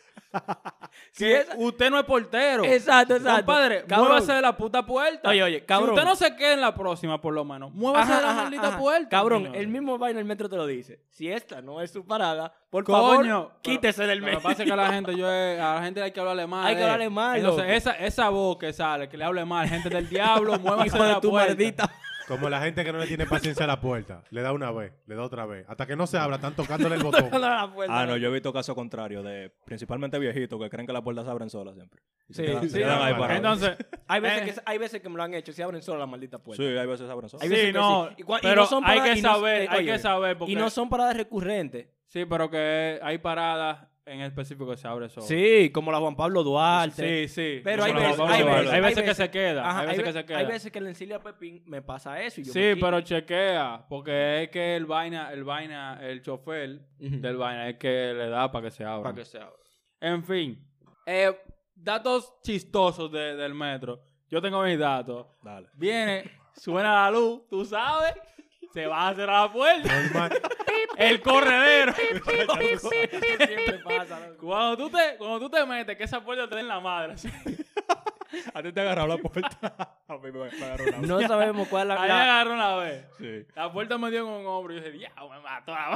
C: Si
B: que
C: esa-
B: usted no es portero.
C: Exacto, exacto.
B: Compadre,
C: Cabrón.
B: muévase de la puta puerta.
C: Oye, oye, cabrón.
B: Si usted no se quede en la próxima, por lo menos, muévase
C: Ajá,
B: de la
C: ajá,
B: maldita
C: ajá.
B: puerta.
C: Cabrón,
B: señores.
C: el mismo vaina del metro te lo dice. Si esta no es su parada, por
B: Coño,
C: favor,
B: pero-
C: quítese del
B: Lo que
C: metro.
B: pasa es que a la gente, yo, eh, a la gente hay que hablarle mal.
C: Hay que
B: eh.
C: hablarle mal,
B: Entonces,
C: loco.
B: esa, esa voz que sale, que le hable mal, gente del diablo, muévase
C: Hijo
B: de
C: de
B: la
C: tu
B: puerta.
C: maldita.
D: Como la gente que no le tiene paciencia a la puerta. Le da una vez, le da otra vez. Hasta que no se abra, están tocándole el botón.
C: la puerta.
E: Ah, no, yo he visto casos contrarios de principalmente viejitos que creen que las puertas se abren solas siempre. Y se
B: Sí,
E: quedan- se
B: sí.
E: quedan ahí
D: Bueno,
E: parados.
B: Entonces,
C: Hay veces,
B: Eh.
C: que, hay veces que me lo han hecho. Se abren solo la maldita puerta.
E: sí, hay veces se abren solas.
C: Hay
B: Sí,
C: veces que
B: no,
C: sí. Y cua- y
B: pero
C: no son
B: hay
C: paradas-
B: que
C: y no-
B: saber,
C: eh,
B: hay
C: oye,
B: que saber, porque-
C: Y no son paradas recurrentes.
B: sí, pero que hay paradas en específico que se abre solo.
C: Sí, como la Juan Pablo Duarte.
B: Sí, sí.
C: Pero
E: Como
C: hay
E: la
C: veces,
E: Juan
C: hay
E: Pablo
C: veces,
E: Duarte.
B: hay
C: hay
B: veces que se queda.
C: Ajá,
B: hay veces que
C: ve-
B: se queda.
C: Hay veces que la encilla Pepín me pasa eso. Y yo me
B: Sí,
C: quito.
B: pero chequea, porque es que el vaina, el vaina, el chofer
C: Ujú.
B: del vaina es que le da para que se abra.
C: Para que se abra.
B: En fin, eh, datos chistosos de- del metro Yo tengo mis datos.
E: Dale.
B: Viene, suena la luz, tú sabes. Se va a cerrar la puerta.
D: Normal.
B: El corredero. Siempre pasa, loco. Cuando tú, te, cuando tú te metes, que esa puerta te den la madre. así.
E: A ti te agarrado la puerta. A mí me, me agarró la
C: No sabemos cuál es
B: Ahí
C: la, la-
B: me agarró una vez.
E: Sí.
B: La puerta me dio con un hombro. Y yo dije, ya, me mató. la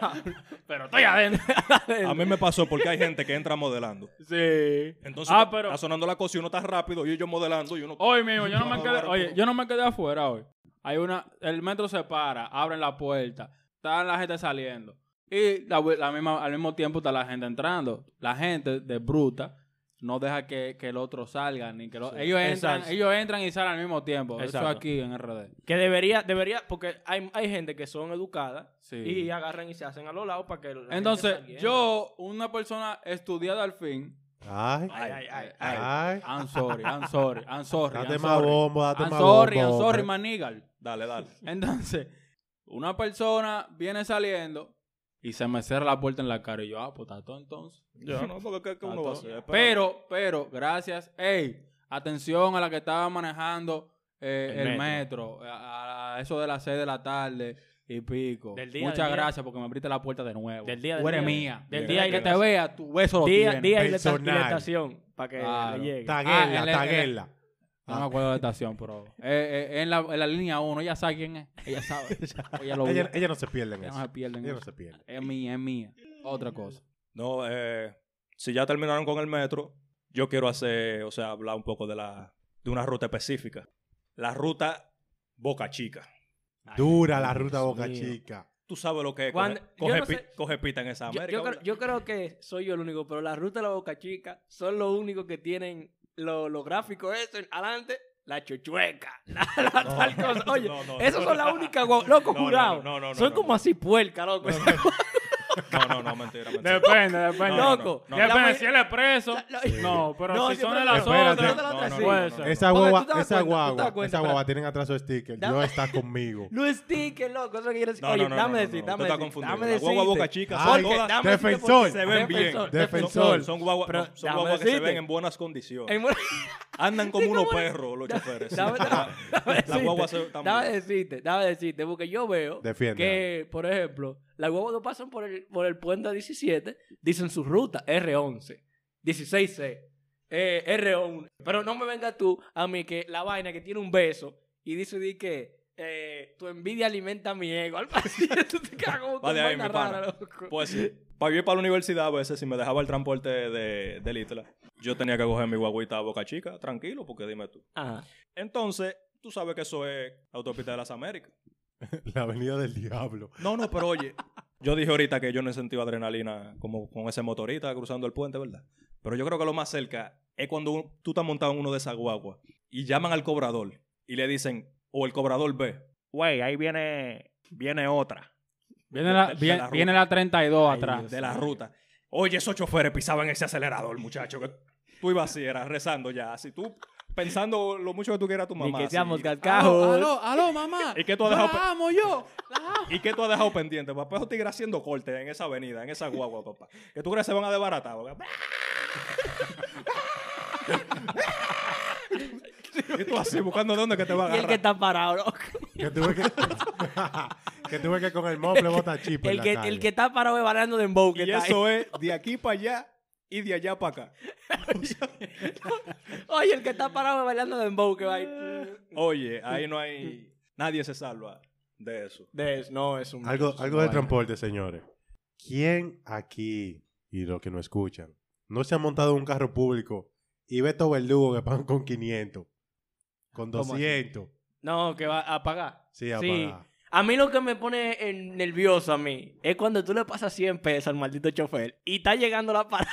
B: madre". Pero estoy adentro.
E: A mí me pasó porque hay gente que entra modelando.
B: Sí.
E: Entonces
B: Ah,
E: está-
B: pero- Oh.
E: está sonando la cosa y uno está rápido y yo modelando y uno...
B: Hoy mismo, yo no me
E: Yo
B: quedé,
E: ahora
B: oye,
E: puedo.
B: yo no me quedé afuera hoy. Hay una, el metro se para, abren la puerta, está la gente saliendo. Y la, la misma, al mismo tiempo está la gente entrando. La gente de bruta no deja que, que el otro salga, ni que lo- ellos entran,
C: Exacto.
B: ellos entran y salen al mismo tiempo. Eso
C: Exacto.
B: aquí en RD.
C: Que debería, debería, porque hay, hay gente que son educadas
B: Sí.
C: y agarran y se hacen a los lados para que. la gente salga.
B: Entonces, yo, una persona estudiada al fin,
D: Ay,
C: Ay, ay, ay, ay.
D: ay.
B: I'm sorry, I'm sorry, I'm sorry.
D: Date
B: I'm
D: más
B: sorry.
D: bombo, date
B: I'm
D: más
B: sorry, I'm
D: bombo.
B: sorry,
D: hombre.
B: manigal.
E: Dale, dale.
B: Entonces, una persona viene saliendo y se me cierra la puerta en la cara. Y yo, ah, pues está todo entonces.
E: Yo no, porque ¿qué, qué uno va a hacer? Espérame.
B: Ah, Pero, pero, gracias. Ey, atención a la que estaba manejando eh,
C: El
B: el, metro. a, a eso de las 6 de la tarde y pico.
C: Del día,
B: Muchas
C: del día.
B: gracias porque me abriste la puerta de nuevo.
C: Del día, del
B: Tú eres
C: día.
B: mía.
C: Del
B: El
C: día y
B: que
C: de
B: te
C: la-
B: vea, tu beso lo
C: Día,
B: tiene.
C: día y la esta- y la
D: Personal.
C: estación para que
B: Claro.
C: le llegue.
D: Taguela,
B: Ah, él es-
D: taguela.
B: No me acuerdo de la estación, pero eh, eh, en, la, en la línea 1. Ella sabe quién es. Ella sabe. Ella lo
D: Ella,
B: vio.
D: ella no se pierde en
B: Ella
D: eso.
B: no se pierde en
D: Ella no
B: eso.
D: se pierde.
B: Es mía, es mía. Otra cosa.
E: No, eh, si ya terminaron con el metro, yo quiero hacer, o sea, hablar un poco de la de una ruta específica. La ruta Boca Chica.
D: Dura la ruta
C: Dios
D: Boca
C: mío.
D: Chica.
E: Tú sabes lo que es.
C: Cuando-
E: coge,
C: yo
E: coge
C: no
E: pi-
C: sé-
E: coge pita en esa
C: Yo,
E: América.
C: yo creo,
E: ¿verdad?
C: yo creo que soy yo el único, pero la ruta de la Boca Chica son los únicos que tienen lo- los gráficos esos. Adelante, la chochueca, la, la
E: No,
C: tal cosa. Oye,
E: no, no,
C: esas
E: no.
C: son las únicas, guau- loco,
E: No, no,
C: jurado.
E: no, no, no,
C: son
E: no,
C: como
E: no.
C: así puercas, loco.
E: No, no, no, mentira, mentira.
B: Depende, depende.
E: No, no,
C: loco.
E: no, no.
B: Ya
C: la
B: Depende,
C: may-
B: si él es preso.
C: la- la-
B: No, pero
C: No,
B: si
C: sí,
B: son de
C: pero-
B: las
D: Espérate.
B: otras.
C: No, no, no,
B: puede
E: no,
B: ser.
E: no.
D: Esa
C: Porque tú
D: guagua,
C: te das cuenta, tú
D: esa
C: te das
D: guagua,
C: cuenta,
D: esa guagua
C: espérate.
D: tienen atrás su sticker.
C: Da-
D: Yo está conmigo.
C: No es ticket, loco. Eso que quiere decir.
E: No,
C: Oye,
E: no, no,
C: dame
E: no, no,
C: decir,
E: no,
C: dame
E: tú estás
C: decir,
E: confundido.
C: dame
E: La guagua
C: decirte.
E: Boca Chica
D: Ay,
E: son
C: Porque
E: todas-
C: dame decirte
D: defensor,
E: se ven bien.
C: Defensor,
D: Defensor.
E: Son, son guaguas
C: Pero,
E: no, son
C: déjame
E: guaguas que se
C: decirte.
E: ven en buenas condiciones.
C: En-
E: Andan como unos perros los choferes. sí.
C: Dame- dame- dame
E: Las guaguas
C: decirte,
E: se- también.
C: Dame decirte, dame decirte, porque yo veo
D: Defiende,
C: que, por ejemplo, las guaguas que pasan por el, por el puente 17 dicen su ruta R11, 16C, eh, R1. Pero no me vengas tú a mí que la vaina que tiene un beso y dice di que eh, tu envidia alimenta mi ego. Algo así, tú te cagas como
E: Va de
C: con
E: ahí,
C: vaina
E: mi pana.
C: rara, loco.
E: Pues para ir para la universidad a veces, si me dejaba el transporte de, del Isla, yo tenía que coger mi guaguita a Boca Chica, tranquilo, porque dime tú.
C: Ajá.
E: Entonces, tú sabes que eso es autopista de las Américas.
D: La avenida del diablo.
E: No, no, pero oye, yo dije ahorita que yo no he sentido adrenalina como con ese motorista cruzando el puente, ¿verdad? Pero yo creo que lo más cerca es cuando un- tú estás montado en uno de esas guaguas y llaman al cobrador y le dicen, o el cobrador ve, güey, ahí viene, viene otra
B: Viene la,
E: De- de
B: viene,
E: la ruta.
B: viene la 32 atrás.
E: de la ruta. Oye, esos choferes pisaban ese acelerador, muchacho, que tú ibas así, eras rezando ya, así tú pensando lo mucho que tú quieras a tu
C: Ni
E: mamá.
C: que
E: así. Ah,
C: seamos
B: Aló,
C: cascajos.
B: aló, aló, mamá.
E: ¿Y qué tú has
B: Yo
E: dejado pe-
B: La amo yo.
E: ¿Y qué tú has dejado pendiente? Papá, esos tigres haciendo cortes en esa avenida, en esa guagua, papá. Que tú crees que se van a desbaratar. papá? y tú así, buscando dónde que te va a
C: Y el que
E: agarrar.
C: está parado, loco.
D: Que tuve que, que, tuve que con el mofle bota chip. en
C: El
D: la
C: que,
D: calle.
C: el que está parado es barando de emboque.
E: Y
C: está ahí.
E: eso es de aquí para allá y de allá para acá.
C: Oye, el que está parado bailando dembow que va ahí.
E: Eh. Oye, ahí no hay... Nadie se salva de eso.
C: no, es un...
D: Algo, algo de transporte, señores. ¿Quién aquí y los que no escuchan no se ha montado en un carro público y ve estos verdugos que pagan con 500, con
C: ¿Cómo así?
D: 200?
C: No, que va a apagar.
D: Sí, a
C: Sí.
D: pagar.
C: A mí lo que me pone eh, nervioso a mí es cuando tú le pasas 100 pesos al maldito chofer y está llegando la parada.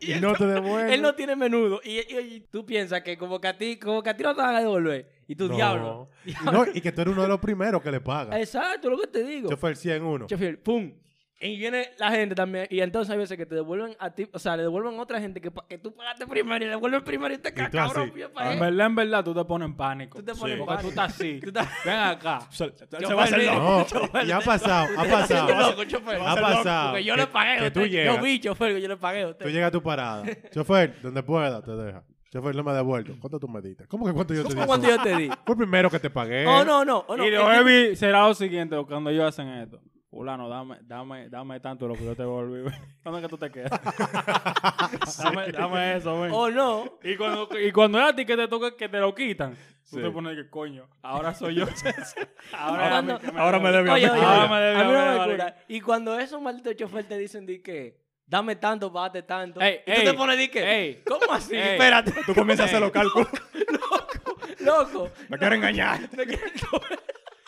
D: Y, no te devuelven.
C: Él no tiene menudo. Y, y- y tú piensas que como que a ti, como que a ti no te van a devolver. Y tu
D: No.
C: diablo.
D: Y no, y que tú eres uno de los primeros que le paga.
C: Exacto, lo que te digo.
D: Yo fue el 100 uno.
C: Chofer, pum. Y viene la gente también. Y entonces hay veces que te devuelven a ti, o sea, le devuelven a otra gente que, pa- que tú pagaste primero y le devuelven primero y te
D: tú
C: cagas, cabrón.
D: así.
C: pie pa'
B: En
C: él.
B: verdad, en verdad, tú te pones en pánico.
C: Ah. Tú te pones
E: Sí.
B: Porque tú
C: pánico.
B: estás así.
C: Tú estás-
B: Ven acá.
E: Se, se-
C: Yo
E: se va a hacer
C: perdí.
E: loco.
D: No, y ha pasado, ha pasado.
C: Loco, chofer.
D: Ha pasado.
C: Porque yo
D: Que-
C: le pagué a
D: que tú
C: usted. Yo
D: llegas.
C: vi, chofer, que yo le pagué a usted.
D: Tú llegas a tu parada. Chofer, donde pueda, te deja. Chofer, no me ha devuelto. ¿Cuánto tú me diste? ¿Cómo que cuánto yo te di?
C: ¿Cuánto yo te di?
D: Fue el primero que te pagué.
C: Oh, no, no. oh, no.
B: ¿Eh? y lo
C: El tipo-
B: heavy será lo siguiente cuando ellos hacen esto. Fulano, dame, dame, dame tanto lo que yo te volví. güey. ¿Dónde es que tú te quedas? dame, dame eso, ven.
C: Oh, no.
B: Y cuando, y cuando es a ti que te toca, que te lo quitan,
E: Sí.
B: tú te pones que coño, ahora soy yo.
C: Ahora
B: ahora,
C: no.
E: Ahora me debe a mí.
C: Oye, oye,
B: Ah,
C: oye,
B: me debió,
C: a mí no
B: me
C: me
B: debió, vale.
C: cura. Y cuando esos malditos chofer te dicen di que dame tanto, bate tanto.
B: Ey,
C: y tú
B: ey,
C: te pones di que
B: ey.
C: ¿Cómo así?
B: Ey.
C: Espérate,
E: Tú comienzas a hacer los cálculos.
C: loco.
E: Me quiero engañar.
C: Me quiero-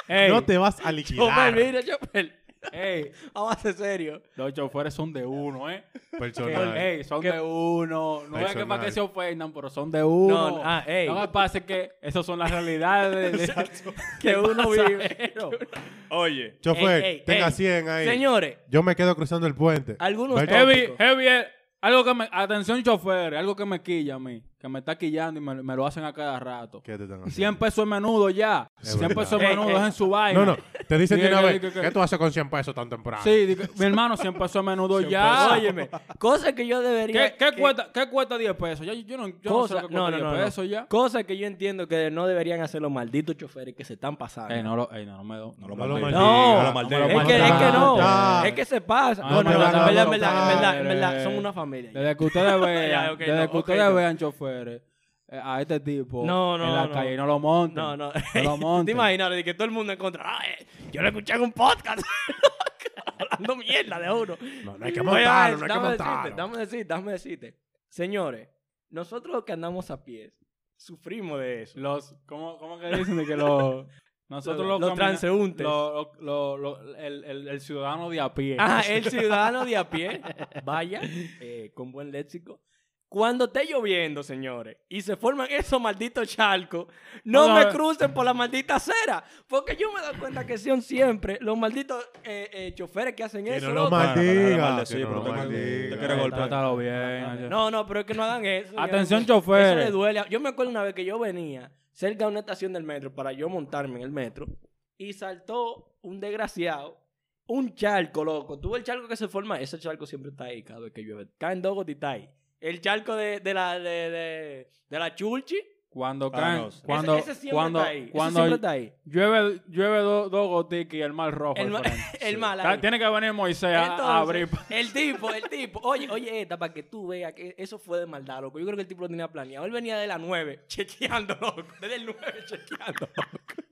B: Ey,
D: No te vas a
C: Chofer,
D: liquidar.
C: mira, chofer.
B: ey,
C: Vamos a ser serio.
B: los choferes son de uno, ¿eh?
D: Personal.
B: Que, ey, son
C: Que-
B: de uno. No es que
D: Personal.
B: para que se ofendan, pero son de uno.
C: No, ah, ey.
B: No me pase que esas son las realidades de- de-
C: Que uno vive.
E: Oye,
D: Chofer,
C: Ey, ey,
D: tenga
C: ey.
D: 100 ahí.
C: Señores,
D: Yo me quedo cruzando el puente.
C: Algunos
D: Ve-
C: tópicos.
B: Heavy, heavy es algo que me... Atención, chofer, algo que me quilla a mí. Que me está quillando y me, me lo hacen a cada rato.
D: ¿Qué te están haciendo?
B: 100 pesos el menudo ya.
D: Es
B: 100
D: verdad.
B: pesos el
C: Ey,
B: menudo,
C: ey.
B: dejen su vaina.
D: No, no. Te dicen de
B: Diga,
D: una
B: diga,
D: vez,
B: diga,
D: ¿qué tú haces con 100 pesos tan temprano?
B: Sí, digo, mi hermano, 100 pesos el menudo ya.
C: óyeme, cosas que yo debería...
B: Ah. ¿Qué, qué
C: que-
B: cuesta, ¿Qué cuesta 10 pesos? Yo, yo no, yo no sé
C: Cosa-
B: lo que
C: no,
B: cuesta
C: no,
B: 10
C: no, no.
B: pesos ya.
C: Cosas que yo entiendo que no deberían hacer los malditos choferes que se están pasando.
B: Ey, no, lo, ey, no, no me do-
E: no lo
D: No lo
E: maldigas.
D: maldigas.
E: lo
D: No
E: maldigas.
B: lo
C: Es que, es que no,
D: Ah,
C: es que se pasa.
B: Ah,
C: No, no,
D: te
C: en
D: van a eh.
C: verdad, en
D: votar.
C: verdad, en verdad, en verdad, son una familia.
B: Desde que ustedes vean,
C: Ya, ok,
B: desde
C: no,
B: que
C: ok,
B: ustedes
C: no.
B: vean choferes eh, a este tipo
C: No, no,
B: en la
C: no.
B: calle, no lo monten.
C: No, no.
B: No lo monten.
C: ¿Te imaginas de que todo el mundo en contra? Ah, eh, yo lo escuché en un podcast. Hablando mierda de uno.
D: No, no hay que
C: Oye,
D: montarlo, no hay que
C: dame decirte,
D: montarlo.
C: dame decirte, dame decirte. Señores, nosotros que andamos a pies, sufrimos de eso.
B: Los, ¿cómo, ¿Cómo que dicen de que los... Nosotros los,
C: Los
B: camina-
C: transeúntes.
B: lo- lo- lo- lo- el, el- el ciudadano de a pie.
C: Ah, el ciudadano de a pie, vaya, eh, con buen léxico. Cuando esté lloviendo, señores, y se forman esos malditos charcos, no,
B: No,
C: me
B: no.
C: crucen por la maldita acera. Porque yo me doy cuenta que son siempre los malditos eh, eh, choferes que hacen
D: Que
C: eso.
D: no lo
C: loco.
E: mal- Para, para,
D: maldiga.
E: para,
D: que
E: sí,
D: no lo
E: pero te-
D: maldiga.
E: te quiere
B: Ey,
E: golpear.
B: Trátalo bien.
C: No, no, pero es que no hagan eso. señores.
B: Ah, Atención,
C: Eso le
B: choferes.
C: duele. Yo me acuerdo una vez que yo venía cerca de una estación del metro para yo montarme en el metro y saltó un desgraciado, un charco, loco. Tú ves el charco que se forma, ese charco siempre está ahí cada vez que llueve. Caen dos gotitas ahí. El charco de, de la, de, de, de la chulchi,
B: Cuando
E: Para
B: caen,
E: nos.
B: cuando,
C: ese, ese siempre
B: cuando,
C: está ahí. ese
B: cuando
C: siempre está ahí.
B: llueve, llueve dos dos gotiques y el mal rojo.
C: El,
B: al
C: ma-
B: frente.
C: el mal
B: Ta-
C: ahí.
B: Tiene que venir Moisés a- a abrir.
C: Entonces, el tipo, el tipo, oye, oye, esta, para que tú veas que eso fue de maldad, loco. Yo creo que el tipo lo tenía planeado. Él venía de la 9, chequeando, loco. Desde el 9, chequeando,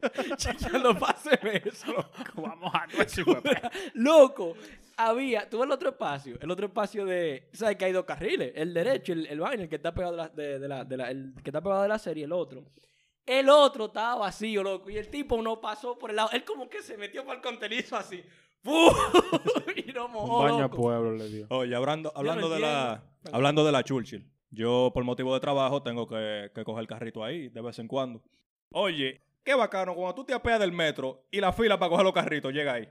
C: loco. chequeando, páseme eso, loco.
B: Vamos a
C: Loco, había, tuve el otro espacio, el otro espacio de, ¿sabes que hay dos carriles? El derecho, el, el vaina, el que está pegado de la, de, de la, de la- el que está pegado de la serie, el otro. El otro estaba vacío, loco, y el tipo no pasó por el lado. Él como que se metió para el contenido así. ¡Fu! y no mojó,
B: Un baño a
C: oh, loco.
B: pueblo le dio.
E: Oye, hablando, hablando,
C: no
E: de la,
C: entiendo.
E: hablando de la Churchill, yo por motivo de trabajo tengo que, que coger el carrito ahí de vez en cuando. Oye, qué bacano, cuando tú te apeas del metro y la fila para coger los carritos llega ahí.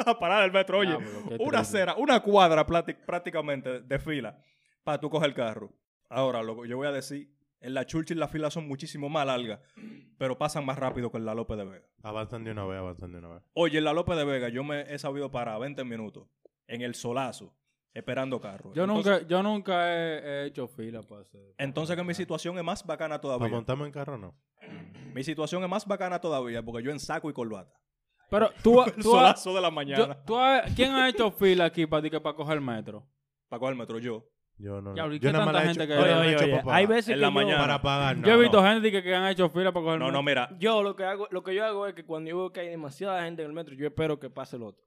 E: a parar el metro, oye,
B: Diablo, Ah, pues, qué triste.
E: una acera, una cuadra plati- prácticamente de fila para tú coger el carro. Ahora, lo que yo voy a decir, en la Churchill las filas son muchísimo más largas, pero pasan más rápido que en la López de Vega.
D: Avanzan de una vez, avanzan de una vez.
E: Oye, en la López de Vega yo me he sabido parar 20 minutos en el solazo, esperando carro.
B: Yo
E: Entonces-
B: nunca, yo nunca he, he hecho fila para hacer.
E: Entonces que mi situación es más bacana
D: ¿Para
E: todavía.
D: montarme en carro no?
E: Mi situación es más bacana todavía porque yo en saco y corbata.
B: Pero tú,
E: El
B: tú, has-
E: solazo de la
B: yo-
E: mañana.
B: tú has- ¿quién ha hecho fila aquí para que para coger el metro?
E: Para coger el metro yo.
D: Yo no.
B: Diablo, ¿y
D: yo
B: qué
D: nada más la he
B: tanta
D: hecho,
B: gente que-
D: yo
C: Oye,
D: nada más la
C: oye,
D: he hecho
C: oye,
D: para pagar.
C: hay veces
E: En
C: que
E: la
C: yo-
E: mañana.
D: Para pagar, no.
B: yo he visto
D: no.
B: gente que, que han hecho fila para coger
E: No,
B: el
E: no,
B: metro.
E: mira.
C: Yo lo que hago, lo que yo hago es que cuando yo veo que hay demasiada gente en el metro, yo espero que pase el otro.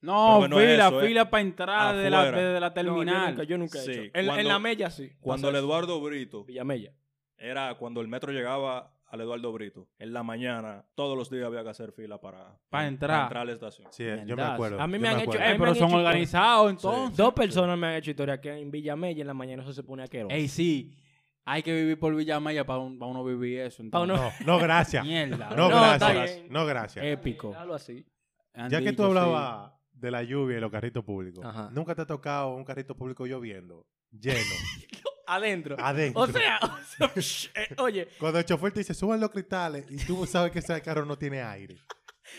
B: No,
E: Pero no es
B: fila,
E: eso, es
B: fila para entrar de la,
E: afuera.
B: de la
C: No, yo
B: terminal.
C: nunca- yo nunca,
E: Sí,
C: he hecho. En,
E: cuando-
C: en la mella sí.
E: Cuando el
C: Pasa eso.
E: Eduardo Brito,
C: Villamella.
E: era cuando el metro llegaba al Eduardo Brito, en la mañana, todos los días había que hacer fila para,
B: Pa' entrar.
E: a la estación.
D: Sí, yo me
C: Mierdas.
D: acuerdo.
C: A mí
D: yo
C: me han "Eh, hecho-
B: Ey,
D: acuerdo.
C: Ahí me
B: Pues, pero
C: han
B: son
C: hecho-
B: organizados entonces.
C: Dos personas me han hecho historia que en Villamella en la mañana eso se pone aquero.
B: Ey, sí. Hay que vivir por Villamaya para uno vivir eso.
C: Pa' uno-
B: entonces.
D: No, gracias.
B: Mierda.
D: No,
C: No, está
D: gracias.
C: bien.
D: No, gracias.
B: Épico.
C: Algo así.
B: Han
D: Ya que
B: dicho,
D: tú
B: sí.
D: hablabas de la lluvia y los carritos públicos,
C: Ajá.
D: nunca te ha tocado un carrito público lloviendo, lleno,
C: Adentro.
D: adentro.
C: O sea, o sea, eh, oye,
D: Cuando el chofer te dice, suban los cristales y tú sabes que ese carro no tiene aire.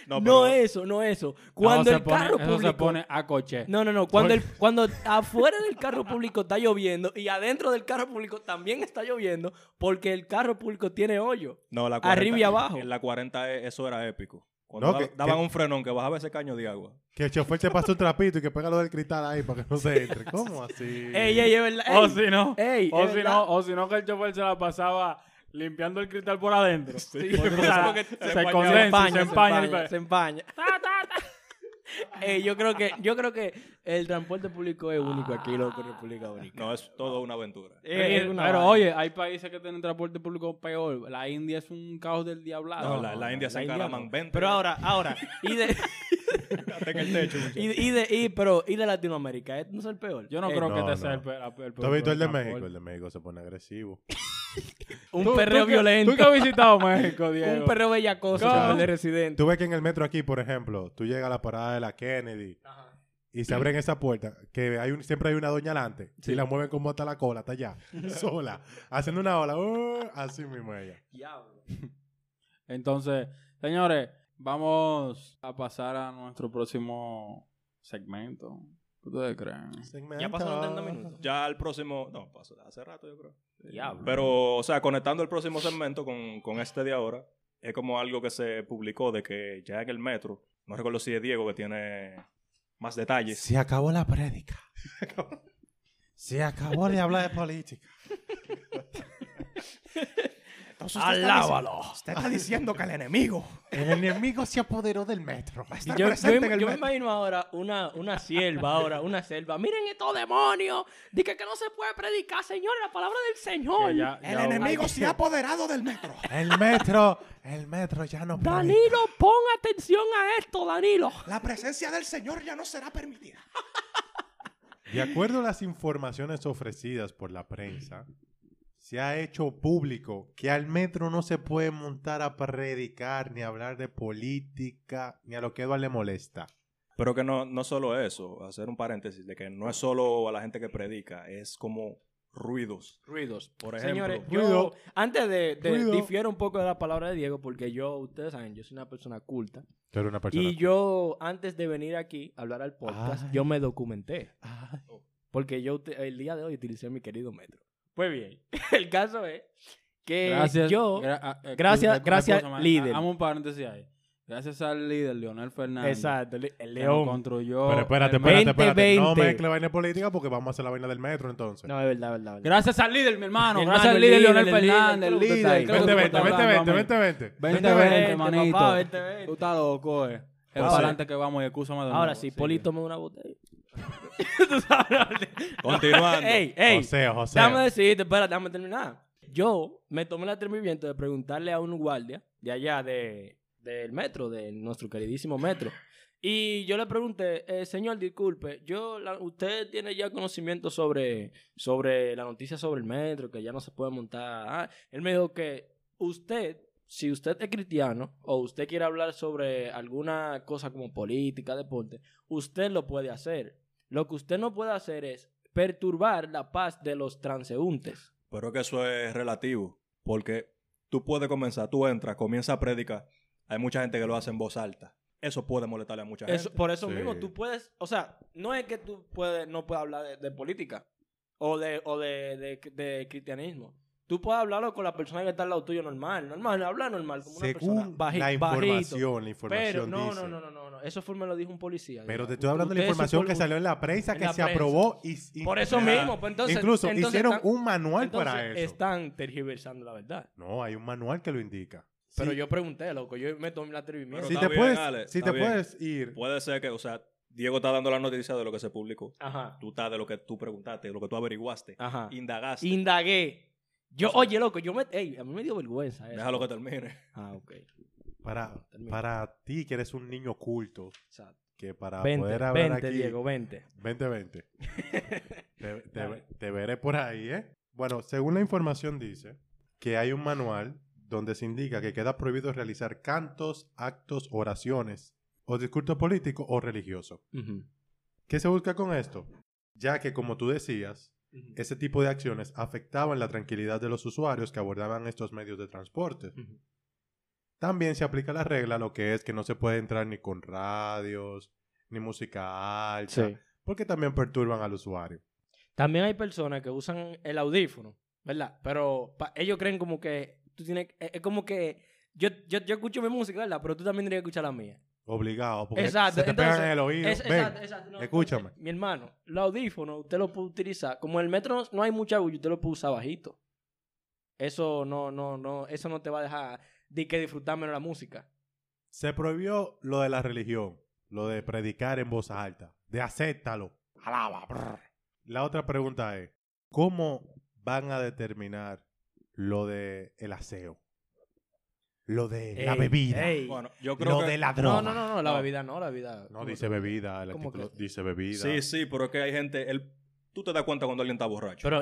E: No,
C: No,
E: pero-
C: eso, no eso. Cuando el
B: Eso se pone-
C: carro
B: eso
C: público...
B: se pone a coche.
C: No, no, no. Cuando, el- cuando afuera del carro público está lloviendo y adentro del carro público también está lloviendo porque el carro público tiene hoyo.
E: No, la 40,
C: Arriba y abajo.
E: En la 40 e- eso era épico. Cuando
D: No,
E: da-
D: que-
E: daban
D: que-
E: un frenón que bajaba ese caño de agua.
D: Que el chofer te pase un trapito y que pega lo del cristal ahí para que no se entre. ¿Cómo así?
C: Ey, ey, es verdad.
B: O
D: Oh,
C: ey.
B: si no,
C: ey,
B: o
C: es
B: si
C: verdad.
B: no, o si no que el chofer se la pasaba limpiando el cristal por adentro. Porque, o sea,
C: porque
B: se
C: Se
B: condensa, y
C: empaña,
B: se empaña. el pe-
C: se empaña. Ey, yo creo que yo creo que el transporte público es único aquí, loco, en República Dominicana.
E: No, es todo una aventura.
B: Eh,
C: Es una
B: pero
C: vaina.
B: oye, hay países que tienen transporte público peor. La India es un caos del diablado.
E: No, la, la India se encaraman 20.
C: Pero ahora, ahora, y de,
E: en el techo, muchacho.
C: y, de- y de, y, pero, y de Latinoamérica, ¿eh? no es el peor.
B: Yo no
C: Eh,
B: creo que
D: no,
B: este
D: no.
B: sea el peor. el
D: ¿Tú has visto el de
B: transporte.
D: México? El de México se pone agresivo.
C: Un
B: Tú- tú
C: perreo
B: que-
C: violento.
B: Tú que has visitado México, Diego.
C: Un perro bellacoso,
B: ¿Cómo?
C: chaval, de residente.
D: Tú ves que en el metro aquí, por ejemplo, tú llegas a la parada de la Kennedy y se abren esa puerta, que hay un, siempre hay una doña adelante y la mueven como hasta la cola, hasta allá, sola, haciendo una ola, uh, así mismo ella.
B: Entonces, señores, vamos a pasar a nuestro próximo segmento. ¿Qué ustedes creen?
C: Ya pasaron 30 minutos.
E: Ya el próximo. No, pasó hace rato, yo creo.
C: Diablo.
E: Pero, o sea, conectando el próximo segmento con, con este de ahora, es como algo que se publicó de que ya en el metro, no recuerdo si es Diego que tiene más detalles.
D: Se acabó la prédica. Se acabó de hablar de política.
E: ¡Alábalo! Usted está diciendo que el enemigo.
D: El enemigo se apoderó del metro.
C: Yo, yo- yo me imagino ahora una, una sierva, ahora una selva. Miren estos demonios. Dice que no se puede predicar, señor, la palabra del Señor.
B: Que ya- ya-
E: se ha apoderado del metro.
D: El metro, el metro ya no predica.
C: Danilo, pon atención a esto, Danilo.
E: La presencia del Señor ya no será permitida.
D: De acuerdo a las informaciones ofrecidas por la prensa, se ha hecho público que al metro no se puede montar a predicar, ni hablar de política, ni a lo que Eduardo le molesta.
E: Pero que no, no solo eso, hacer un paréntesis, de que no es solo a la gente que predica, es como ruidos.
B: Ruidos.
E: Por ejemplo,
C: Señores,
D: ruido.
C: yo antes de, de
D: Ruido.
C: difiero un poco de la palabra de Diego, porque yo, ustedes saben, yo soy una persona culta.
D: Tú eres una persona.
C: Y yo, antes de venir aquí a hablar al podcast,
D: Ay.
C: yo me documenté.
B: Ah,
D: Ay.
C: Porque yo ut- el día de hoy utilicé mi querido metro. Pues bien, el caso es que
B: Gracias.
C: yo...
B: gra- ah, eh,
C: gracias-
B: excusa,
C: gracias,
B: man.
C: líder.
B: Hagamos un paréntesis ahí. Gracias al líder Leonel Fernández.
C: Exacto, el- el
B: que nos
C: león.
B: Construyó
D: Pero espérate,
B: el-
D: espérate, espérate.
C: 20,
D: No
C: 20.
D: mezcle vaina de política porque vamos a hacer la vaina del metro entonces.
C: No, es verdad, verdad, verdad.
B: Gracias al líder, mi hermano.
C: Mi
B: Gracias
C: hermano,
B: al
C: el
B: líder
C: líder,
B: Leonel
C: el líder,
B: Fernández,
C: creo
B: el
C: que tú
B: líder.
C: estás
B: creo que
D: Vente,
B: tú
C: me
D: vente,
B: estás hablando a
D: vente, vente,
B: mí.
D: vente, vente.
B: 20,
C: Vente,
B: 20,
C: vente,
B: manito.
C: papá, vente, vente.
B: Tú estás loco, eh. Es
E: Ahora
B: para
E: sí.
B: adelante que vamos y escúchame de
C: Ahora
B: nuevo,
C: sí,
B: así
C: Poli,
B: que-
C: toma una botella.
E: continuando.
C: ¡Ey, ey!
D: José, José.
C: Déjame decirte, espera, déjame terminar. Yo me tomé el atrevimiento de preguntarle a un guardia de allá, de, del metro, de nuestro queridísimo metro. Y yo le pregunté, eh, señor, disculpe, yo la- usted tiene ya conocimiento sobre, sobre la noticia sobre el metro, que ya no se puede montar. Ah, él me dijo que usted, si usted es cristiano o usted quiere hablar sobre alguna cosa como política, deporte, usted lo puede hacer. Lo que usted no puede hacer es perturbar la paz de los transeúntes.
E: Pero que eso es relativo, porque tú puedes comenzar, tú entras, comienzas a predicar. Hay mucha gente que lo hace en voz alta. Eso puede molestarle a mucha gente.
C: Eso- por eso
D: Sí.
C: mismo, tú puedes, o sea, no es que tú puedes, no puedes hablar de, de política o de, o de, de- de cristianismo. Tú puedes hablarlo con la persona que está al lado tuyo normal, normal, habla normal, como una persona
D: Según
C: baji-
D: la
C: bajito.
D: información, la
C: Pero
D: información
C: no,
D: dice.
C: no, no, no, no, no. Eso fue me lo dijo un policía.
D: Pero
C: digo.
D: te estoy hablando de la
C: Ustedes
D: información que
C: supone-
D: salió en la prensa
C: en
D: que
C: la
D: se
C: prensa.
D: aprobó y, y-
C: Por eso
D: Ajá.
C: mismo, pues entonces
D: Incluso
C: entonces
D: hicieron
C: están-
D: un manual para
C: entonces
D: eso.
C: Están tergiversando la verdad.
D: No, hay un manual que lo indica.
C: Pero
D: Sí.
C: yo pregunté, loco, yo me tomé el
E: Pero
C: atrevimiento.
D: si
E: está
D: te
E: bien,
D: puedes,
E: Ale,
D: si
E: está
D: te
E: bien.
D: puedes ir,
E: Puede ser que, o sea, Diego está dando la noticia de lo que se publicó.
C: Ajá.
E: Tú estás de lo que tú preguntaste, de lo que tú averiguaste,
C: Ajá.
E: indagaste.
C: Indagué. Yo, oye, loco, yo me. Ey, a mí me dio vergüenza eso.
E: Déjalo que termine.
C: Ah, ok.
D: para,
C: Termina.
D: para ti que eres un niño culto,
C: Exacto.
D: que para
C: Vente,
D: poder hablar
C: vente,
D: aquí...
C: Diego, vente.
D: 2020. te, te-
C: Dale.
D: te veré por ahí, ¿eh? Bueno, según la información dice que hay un manual donde se indica que queda prohibido realizar cantos, actos, oraciones o discurso político o religioso. ¿Qué se busca con esto? Ya que, como tú decías, ese tipo de acciones afectaban la tranquilidad de los usuarios que abordaban estos medios de transporte.
C: Ujú.
D: También se aplica la regla, lo que es que no se puede entrar ni con radios, ni música alta,
C: Sí.
D: porque también perturban al usuario.
C: También hay personas que usan el audífono, ¿verdad? Pero pa- ellos creen como que tú tienes... e, Es es como que yo, yo, yo escucho mi música, ¿verdad? Pero tú también tienes que escuchar la mía.
D: Obligado, porque
C: Exacto,
D: se te pegan
C: entonces,
D: en el oído.
C: Es-
D: Ven,
C: exacto, exacto, no,
D: escúchame.
C: Mi hermano, los audífonos usted los puede utilizar. Como en el metro no, no hay mucha bulla, usted lo puede usar bajito. Eso no, no, no, eso no te va a dejar de que disfrutar menos la música.
D: Se prohibió lo de la religión, lo de predicar en voz alta, de acéptalo. Alaba. brr. La otra pregunta es, ¿cómo van a determinar lo de el aseo? Lo de la
C: Ey,
D: bebida.
C: ey.
E: Bueno, yo creo
D: Lo
E: que...
D: de la
C: No,
D: droga.
C: no, no, no, la
E: No.
C: bebida no, la bebida.
D: No, dice bebida, el
C: ¿Cómo
D: artículo
C: que?
D: dice bebida.
E: Sí, sí, pero es que hay gente... El, tú te das cuenta cuando alguien está borracho.
C: Pero,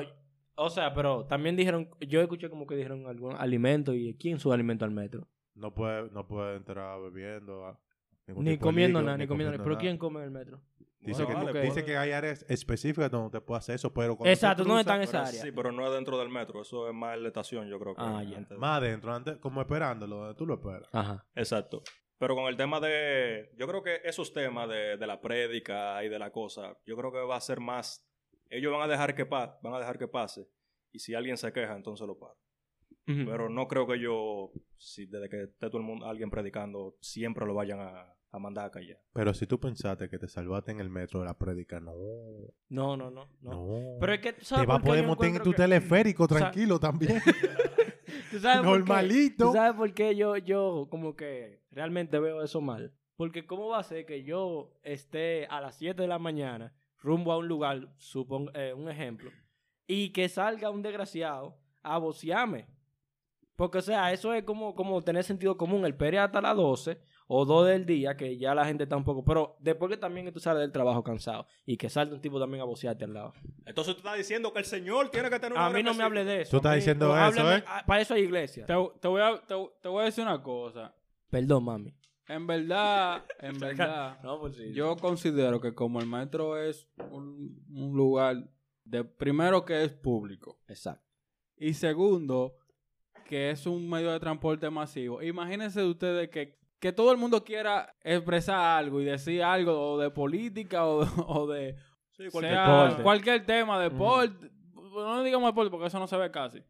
C: o sea, pero también dijeron, yo escuché como que dijeron algún alimento y ¿quién sube alimento al metro?
D: No puede, no puede entrar bebiendo. ah, ningún
C: Ni
D: tipo de
C: comiendo
D: líquido,
C: nada, ni comiendo nada. ¿Pero
D: nada.
C: quién come en el metro?
D: Dice,
E: Bueno,
D: que,
E: vale,
D: dice
E: pues.
D: que hay áreas específicas donde te puede hacer eso, pero cuando tú
C: Exacto, ¿dónde
D: cruzas-
C: están esa
E: Pero
C: área?
E: Sí, pero no es dentro del metro. Eso es más en la estación, yo creo. Que
C: Ah, ya.
E: antes-
D: Más adentro, antes, como esperándolo, donde tú lo esperas.
C: Ajá.
E: Exacto. Pero con el tema de... Yo creo que esos temas de, de la prédica y de la cosa, yo creo que va a ser más... Ellos van a dejar que, pa- van a dejar que pase. Y si alguien se queja, entonces lo para.
C: Ujú.
E: Pero no creo que yo, si desde que esté todo el mundo, alguien predicando, siempre lo vayan a, a mandar a callar.
D: Pero si tú pensaste que te salvaste en el metro de la prédica, no.
C: No, no, no, no.
D: No.
C: Pero es que, ¿tú
D: te
C: sabes
D: va a
C: por qué
D: poder
C: yo
D: montar en
C: encuentro
D: tu
C: que-
D: teleférico,
C: sea-
D: tranquilo también.
C: ¿Tú sabes por qué?
D: Normalito.
C: ¿Tú sabes por qué yo, yo como que realmente veo eso mal? Porque ¿cómo va a ser que yo esté a las 7 de la mañana rumbo a un lugar, supongo, un ejemplo, y que salga un desgraciado a vocearme? Porque, o sea, eso es como, como tener sentido común. El pere hasta las 12 o 2 del día, que ya la gente está un poco... Pero después que también tú sales del trabajo cansado y que salga un tipo también a vocearte al lado.
E: Entonces tú estás diciendo que el Señor tiene que tener
C: A mí no me hable de eso.
D: Tú
C: a
D: estás
C: mí-
D: diciendo
C: no,
D: eso,
C: háblame-
D: ¿eh?
C: ah, Para eso hay iglesia.
B: Te, te voy a, te, te voy a decir una cosa.
C: Perdón, mami.
B: En verdad, en verdad,
C: No, pues sí.
B: yo considero que como el metro es un, un lugar de primero que es público
C: Exacto.
B: y segundo que es un medio de transporte masivo. Imagínense ustedes que, que todo el mundo quiera expresar algo y decir algo o de política o, o de
E: cualquier
B: sea
C: deporte.
B: cualquier tema, deporte, no digamos deporte porque eso no se ve casi,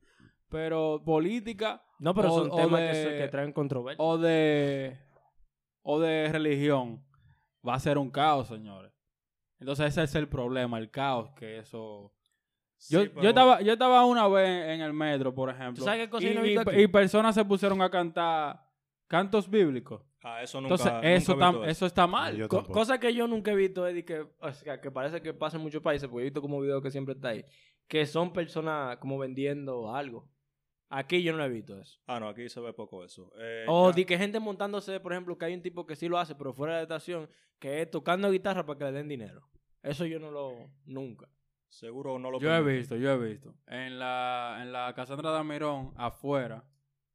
B: pero política
C: No, pero
B: O-
C: son
B: o
C: temas
B: de-
C: que, se- que traen controversia.
B: o de o de religión va a ser un caos, señores. Entonces ese es el problema, el caos que eso. Yo, yo estaba yo estaba una vez en el metro, por ejemplo,
C: ¿Tú sabes qué cosa
B: y,
C: yo no he
B: y-
C: visto aquí?
B: y personas se pusieron a cantar cantos bíblicos.
E: Ah, eso nunca,
B: Entonces
E: nunca he
B: eso,
E: visto
B: tam- eso está mal.
D: Yo
C: Co-
D: tampoco.
C: cosa que yo nunca he visto, Eddie, que, o sea, que parece que pasa en muchos países, porque he visto como videos que siempre está ahí, que son personas como vendiendo algo. Aquí yo no he visto eso.
E: Ah, no, aquí se ve poco eso. Eh,
B: Oh,
C: O
E: ya.
C: di que gente montándose, por ejemplo, que hay un tipo que sí lo hace, pero fuera de la estación, que es tocando guitarra para que le den dinero. Eso yo no lo... nunca.
E: Seguro no lo
B: Yo he
E: permiten.
B: visto, yo he visto. En la en la Casandra Damirón afuera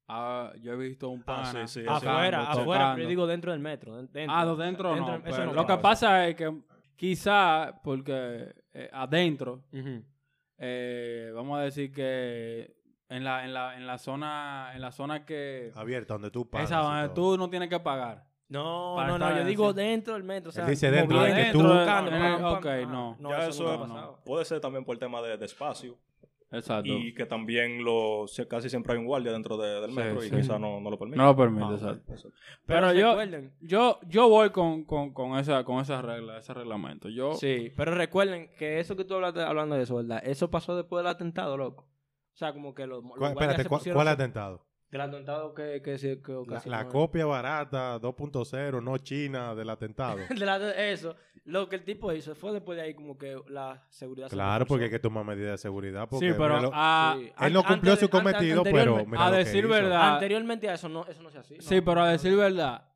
B: ah, yo he visto un
E: Ah,
B: pana.
E: sí, sí, eso
C: Afuera,
E: sí.
C: afuera, pero
B: tocando.
C: yo digo dentro del metro. den- Dentro,
B: Ah, no, dentro, no.
C: Dentro- eso
B: pero
C: no
B: lo que
C: pasa.
B: pasa es que quizá porque eh, adentro,
C: Ujú.
B: eh, vamos a decir que en la, en la, en la zona, en la zona que
D: Abierta, donde tú Ah, pagas.
B: esa
D: y
B: donde
D: todo.
B: tú no tienes que pagar.
C: No,
B: Para
C: no, no,
B: estar
C: yo
B: en
C: digo
B: ese-
C: dentro del metro. O sea,
D: Él dice dentro,
C: moviendo-
D: de que
B: Adentro
D: tú-
B: del-
C: tocando,
B: eh,
C: pam, pam,
B: ok,
C: pam.
B: no.
C: No,
E: Ya
C: eso, nunca
E: eso
C: ha
E: es-
C: pasado.
E: puede ser también por tema de, de espacio
B: Exacto.
E: y que también lo se- casi siempre hay un guardia dentro de- del
B: Sí,
E: metro y
B: sí.
E: quizá no, no lo permite.
B: No lo permite,
E: Ah,
B: exacto.
E: exacto.
B: Pero
C: Pero
B: yo-
C: recuerden,
B: Yo, yo voy con, con, con esa, con esa regla, ese reglamento. Yo,
C: sí, pero recuerden que eso que tú hablaste hablando de eso, ¿verdad? Eso pasó después del atentado, loco. O sea, como que los, los
D: ¿Cuál-
C: guardias
D: espérate,
C: se
D: ¿cuál,
C: pusieron-
D: cuál atentado?
C: del atentado que que se- que
D: La,
C: ocasionó
D: la
C: el-
D: copia barata 2.0, no China, del atentado.
C: del ate- eso, lo que el tipo hizo fue después de ahí como que la seguridad se
D: claro,
C: reforzó.
D: porque hay que tomar medidas de seguridad. Porque
B: sí, pero
D: míralo,
B: a,
C: Sí.
D: él no
C: An-
D: cumplió
C: antes
D: su
C: de- ante-
D: cometido, pero
C: anteriormente-
D: mira
B: a
D: lo que
B: decir
D: hizo.
B: verdad,
C: Anteriormente a eso no eso no se hacía. no.
B: sí, pero a decir verdad,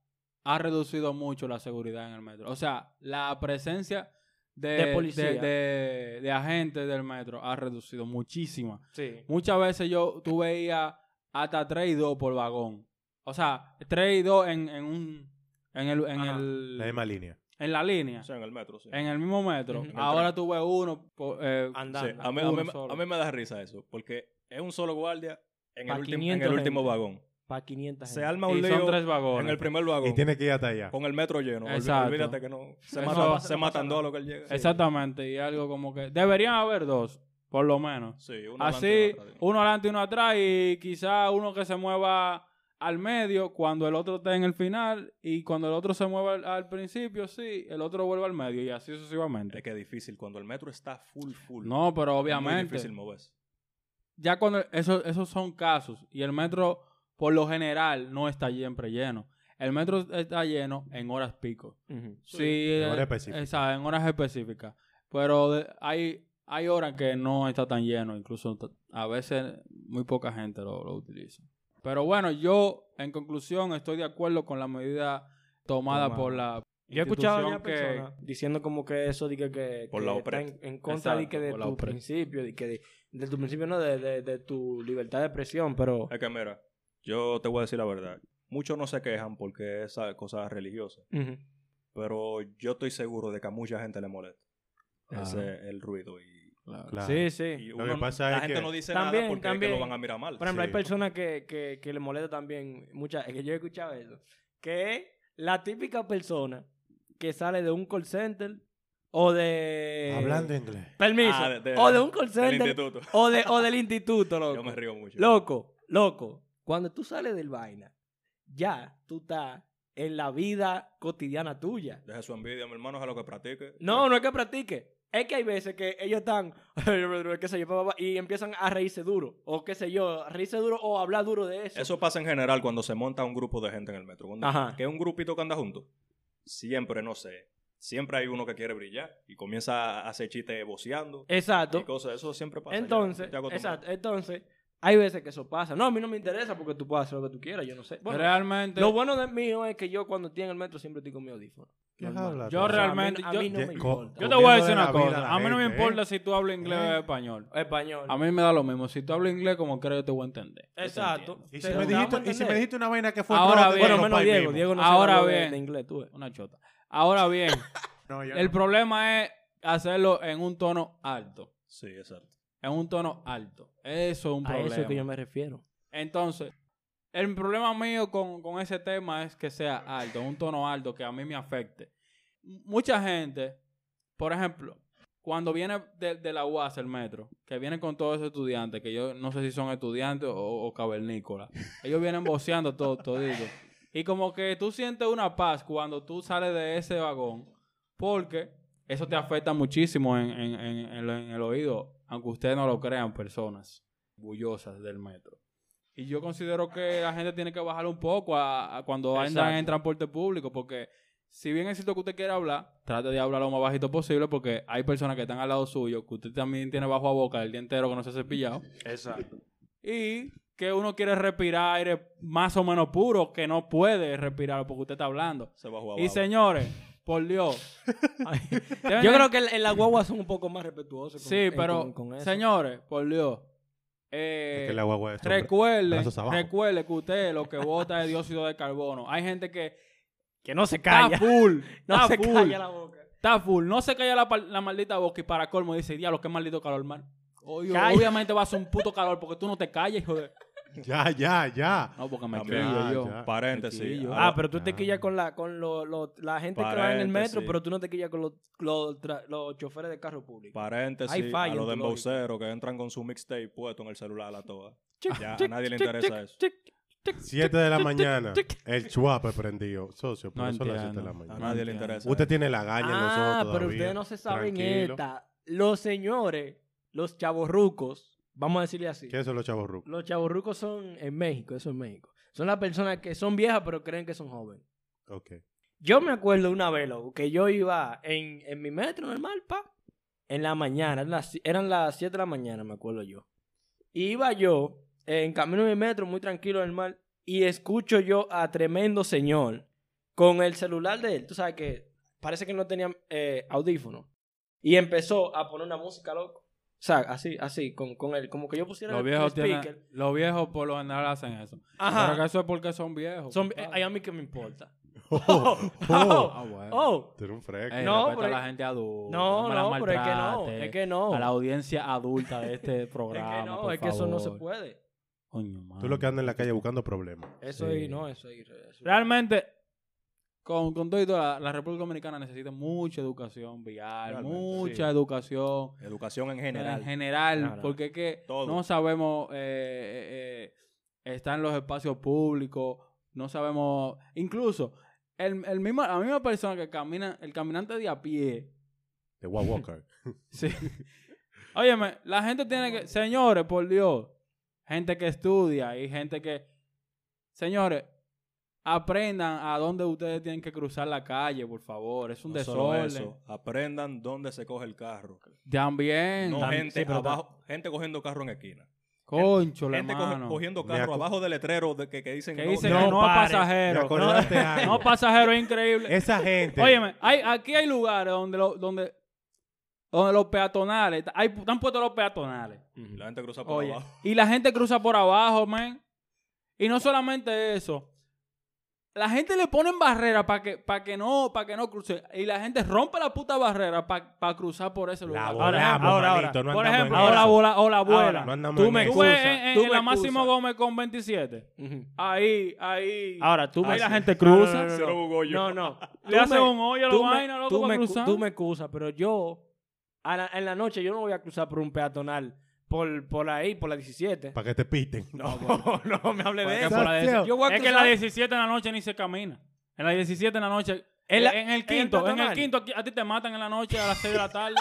B: ha reducido mucho la seguridad en el metro. O sea, la presencia de,
C: De policía.
B: de- de- de agentes del metro ha reducido muchísimo.
C: Sí.
B: Muchas veces yo tú veías hasta 3 y 2 por vagón. O sea, 3 y 2 en, en un en el, en,
C: Ajá.
B: el-
D: La misma línea.
B: en la línea,
E: O sea, en el metro, sí.
B: en el mismo metro.
C: Ujú.
B: Ahora tú ves uno por- eh,
E: Sí,
C: Andando.
E: a, mí, a
B: uno
E: mí-
B: solo.
E: a mí me da risa eso, porque es un solo guardia en,
C: Pa'
E: el, último- en
C: 500
E: el último
C: gente.
E: vagón.
C: para 500
E: Se
C: gente.
E: arma un
B: Y son
E: lío
B: tres vagones.
E: en el primer vagón.
D: Y tiene que ir hasta allá.
E: Con el metro lleno. Olvi-
B: Exacto.
E: Olvídate que no. Se,
B: Eso-
E: matan-
B: eso
E: se matan dos a lo que él llega.
B: Exactamente, y algo como que... Deberían haber dos, por lo menos.
E: Sí, uno adelante y
B: Así,
E: uno atrás.
B: uno adelante y uno atrás y quizá uno que se mueva al medio cuando el otro esté en el final y cuando el otro se mueva al, al principio, sí, el otro vuelve al medio y así sucesivamente.
E: Es que es difícil. Cuando el metro está full, full.
B: No,
E: Es
B: pero
E: muy
B: obviamente,
E: difícil moverse.
B: ya cuando eso, esos son casos y el metro por lo general no está siempre lleno. El metro está lleno en horas pico.
C: Ujú.
B: Sí, eh,
D: horas específicas.
B: esa- en horas específicas. Pero de- hay, hay horas que no está tan lleno, incluso t- a veces muy poca gente lo, lo utiliza. Pero bueno, yo en conclusión estoy de acuerdo con la medida tomada
E: Tomada.
B: por la
C: Yo he escuchado a
B: institución que-
C: personas diciendo como que eso de que, que-
E: Por
C: que
E: la
C: está
E: OPRED.
C: en, en contra de,
B: Exacto,
C: que de
B: por la
C: tu
B: OPRED.
C: principio, de, que de, de tu principio no, de, de- de tu libertad de expresión, pero...
E: Es que mira, yo te voy a decir la verdad. Muchos no se quejan porque es ah, cosa religiosa.
C: Ujú.
E: Pero yo estoy seguro de que a mucha gente le molesta.
C: Ah.
E: Ese el ruido. Y,
D: Claro.
C: Sí, sí.
E: y
D: Lo
E: uno
D: que
E: no-
D: pasa
E: la
D: es
E: gente
D: que-
E: no dice
C: También,
E: nada porque es que
C: también.
E: lo van a mirar mal.
C: Por ejemplo,
D: Sí.
C: hay personas que, que, que le molesta también, muchas, es que yo he escuchado eso, que es la típica persona que sale de un call center o de...
D: Hablando inglés.
C: Permiso.
E: Ah, de- de-
C: o de un call
E: Del
C: center
E: instituto.
C: o, de, o del instituto, loco.
E: Yo me río mucho.
C: Loco, loco, cuando tú sales del vaina, ya tú estás en la vida cotidiana tuya.
E: Deja su envidia, mi hermano, es a lo que practique.
C: No, no es que practique. Es que hay veces que ellos están, qué sé yo, pa, pa, pa, y empiezan a reírse duro, o qué sé yo, a reírse duro o a hablar duro de eso.
E: Eso pasa en general cuando se monta un grupo de gente en el metro. Cuando-
C: Ajá.
E: Que es un grupito que anda junto. Siempre, no sé. Siempre hay uno que quiere brillar y comienza a hacer chistes voceando. Y
C: Exacto.
E: cosas, eso siempre pasa. ya,
C: Entonces,
E: estoy acostumbrado.
C: exacto, entonces, hay veces que eso pasa. No, a mí no me interesa porque tú puedes hacer lo que tú quieras, yo no sé. Bueno,
B: realmente...
C: lo bueno de mío es que yo cuando estoy en el metro siempre estoy con mi audífono.
D: ¿Qué
C: Normal.
D: habla
B: Yo
C: O
D: tú?
C: sea, a mí-
B: realmente-
C: a mí, no
B: yo-
C: me
D: Ye- co-
C: importa.
B: Yo te voy a
D: Comiendo
B: decir
D: de
B: una
D: la vida a
B: cosa.
D: la
B: A mí no me
D: gente,
B: importa
D: ¿eh?
B: si tú hablas inglés
D: ¿Eh?
B: o español.
C: Español.
B: A mí me da lo mismo. Si tú hablas inglés, como creo yo te voy a entender.
C: Exacto.
D: Y si,
C: Pero
D: me
C: te vamos
D: dijiste,
C: a
D: y si
C: entender.
D: me dijiste una vaina que fue
B: Ahora bien.
D: trote, te
C: Bueno,
D: lo
C: menos
D: rompo ahí
C: Diego.
D: mismo.
C: Diego no
B: Ahora
C: sabe hablar de,
B: bien.
C: de inglés, tú ves.
B: Una chota. Ahora bien,
D: No, yo
B: el
D: no.
B: problema es hacerlo en un tono alto.
E: Sí, exacto.
B: En un tono alto. Eso es un
C: A
B: problema.
C: eso es que yo me refiero.
B: Entonces, el problema mío con, con ese tema es que sea alto, un tono alto que a mí me afecte. M- Mucha gente, por ejemplo, cuando viene de, de la UAS el metro, que viene con todos esos estudiantes, que yo no sé si son estudiantes o, o cavernícolas, ellos vienen voceando todo, todito. Y como que tú sientes una paz cuando tú sales de ese vagón, porque eso te afecta muchísimo en, en- en- en lo- en el oído, aunque ustedes no lo crean, personas bullosas del metro. Y yo considero que la gente tiene que bajar un poco a, a cuando andan
C: Exacto.
B: en transporte público, porque si bien es cierto que usted quiere hablar, trate de hablar lo más bajito posible, porque hay personas que están al lado suyo, que usted también tiene bajo a boca el día entero que no se ha cepillado,
C: Exacto.
B: y que uno quiere respirar aire más o menos puro, que no puede respirar porque usted está hablando.
E: Se va a jugar.
B: Y
E: babo.
B: señores, por Dios.
C: Yo creo que en- en la guagua son un poco más respetuosos. con-
B: Sí,
C: en-
B: pero
C: con- con eso.
B: señores, por Dios. eh,
D: Es que la guagua es hombre.
B: recuerden,
D: brazos abajo.
B: recuerden que usted lo que vota es dióxido de carbono. Hay gente que
C: Que no se
B: está
C: calla.
B: full,
C: No
B: está
C: se
B: full,
C: calla la boca.
B: está full. No se calla la, pal- la maldita boca y para colmo dice, diablo, qué maldito calor, man. Oye,
C: Calla.
B: obviamente va a ser un puto calor porque tú no te callas, hijo de...
D: Ya, ya, ya.
B: No, porque me
E: También,
B: quillo yo.
D: ya.
E: Paréntesis.
B: Chiquillo.
E: Ah,
C: Ah, pero tú te quillas con la, con lo- lo- la gente que va en el metro,
E: Paréntesis.
C: pero tú no te quillas con los, los, tra- los choferes de carro público. Hay
E: Paréntesis.
C: falla
E: A
C: en
E: los
C: tu
E: dembauceros que entran con su mixtape puesto en el celular a la toa.
C: Chic,
E: Ya a
C: chic,
E: nadie le
C: chic,
E: interesa
C: chic,
E: eso.
C: chic, chic.
D: 7 de la mañana. El chuape prendido. Socio, pero
B: No
D: son las 7 de
B: entiendo.
D: la
E: A
D: mañana.
E: nadie le
B: entiendo.
E: interesa.
D: Usted tiene la gaña en los ojos
C: Ah, pero
D: todavía.
C: ustedes no se saben
D: Tranquilo.
C: esta. Los señores, los chavorrucos, vamos a decirle así.
D: ¿Qué son los chavos rucos?
C: Los chavorrucos son en México, eso en México. Son las personas que son viejas pero creen que son jóvenes.
D: Ok.
C: Yo me acuerdo una vez, loco, que yo iba en, en mi metro normal, pa, en la mañana, eran las, eran las 7 de la mañana, me acuerdo yo. Y iba yo eh, en camino a mi metro, muy tranquilo, normal, y escucho yo a tremendo señor con el celular de él. Tú sabes que parece que no tenía eh, audífono. Y empezó a poner una música, loco. O sea, así, así, con, con él. Como que yo pusiera
B: Los
C: el- el
B: viejos, tienen-
C: speaker.
B: los viejos por lo general hacen eso.
C: Ajá.
B: Pero que eso es porque son viejos. Ah,
C: Son,
B: compadre.
C: eh, a mí que me importa.
D: Oh, oh.
B: Ah, bueno.
C: Oh,
D: Tú eres un fresco.
B: Ey,
C: No,
B: respeta
C: pero
B: a
C: es-
B: la gente adulta.
C: no,
B: me la
C: no, pero es que no,
B: maltrate.
C: es que no.
B: A la audiencia adulta de este
C: es
B: programa.
C: que no,
B: por
C: es que eso no se
B: favor.
C: puede.
B: Coño, mano.
D: Tú lo que andas en la calle buscando problemas.
C: Eso
B: Sí.
C: ahí, no, eso ahí. eso ahí.
B: Realmente, con, con todo y todo, la, la República Dominicana necesita mucha educación vial,
E: Realmente, sí.
B: mucha educación
E: Educación en
B: En
E: general.
B: general,
C: Claro.
B: porque es que
E: Todo.
B: no sabemos eh, eh, eh, estar en los espacios públicos, no sabemos, incluso el, el mismo, la misma persona que camina, el caminante de a pie,
D: De Wild Walker.
B: sí. Óyeme, la gente tiene que, señores, por Dios, gente que estudia y gente que, señores, aprendan a dónde ustedes tienen que cruzar la calle, por favor, es un
E: No solo
B: desorden.
E: eso, Aprendan dónde se coge el carro.
B: También,
E: No
B: también-
E: gente
B: sí, pero ta-
E: abajo, gente cogiendo carro en esquina.
B: concho, la
E: gente coge-
B: mano.
E: cogiendo
D: Me
E: carro
D: acu-
E: abajo del letrero de que, que dicen
B: Que
E: no,
B: dice
E: no,
B: que
D: no
B: no a
D: pare.
B: pasajeros.
D: Me acordaste algo.
B: No, pasajeros, es increíble.
D: Esa
E: este.
D: gente.
B: Óyeme, hay, aquí hay lugares donde, lo- donde, donde los peatonales, hay, están puestos los peatonales.
E: La gente cruza por
B: Oye,
E: abajo.
B: y la gente cruza por abajo, man. Y no solamente eso. La gente le ponen barrera para que, pa' que no, para que no cruce. Y la gente rompe la puta barrera para cruzar por ese
D: La
B: lugar.
D: volamos,
B: ahora,
D: manito,
B: ahora.
D: no
B: por
D: andamos
B: ejemplo,
D: en
B: ahora bola,
D: eso.
B: o la
D: Ahora,
B: abuela.
D: no andamos
B: tú
D: en
B: me
D: eso.
B: tú ves en, en-
C: Tú
B: en
C: me
B: la Máximo
C: excusas.
B: Gómez con 27.
C: Ujú.
B: Ahí, ahí.
C: Ahora tú
B: ahí
C: me
B: la gente
C: No,
B: cruza.
C: Ah, no,
E: Se lo bugó yo.
C: No, no.
B: Le
C: Tú
B: hacen
C: me-
B: un hoyo a los
C: tú me-
B: vainas,
C: tú me
B: loco, para
C: cu-
B: cruzar.
C: Tú me excusas, pero yo a la- en la noche yo no voy a cruzar por un peatonal por, por ahí, por la 17.
D: Para que te piten.
C: No, no me hable
D: ¿Para
C: de
D: qué
C: eso.
D: por la 17?
C: Yo voy a
B: Es que en la
C: cruzar-
B: 17 en la noche ni se camina. En la 17 en la noche.
C: En la-
B: en el
C: en
B: quinto, en el
C: peatonal.
B: quinto, aquí- a ti te matan en la noche a las 6 de la tarde.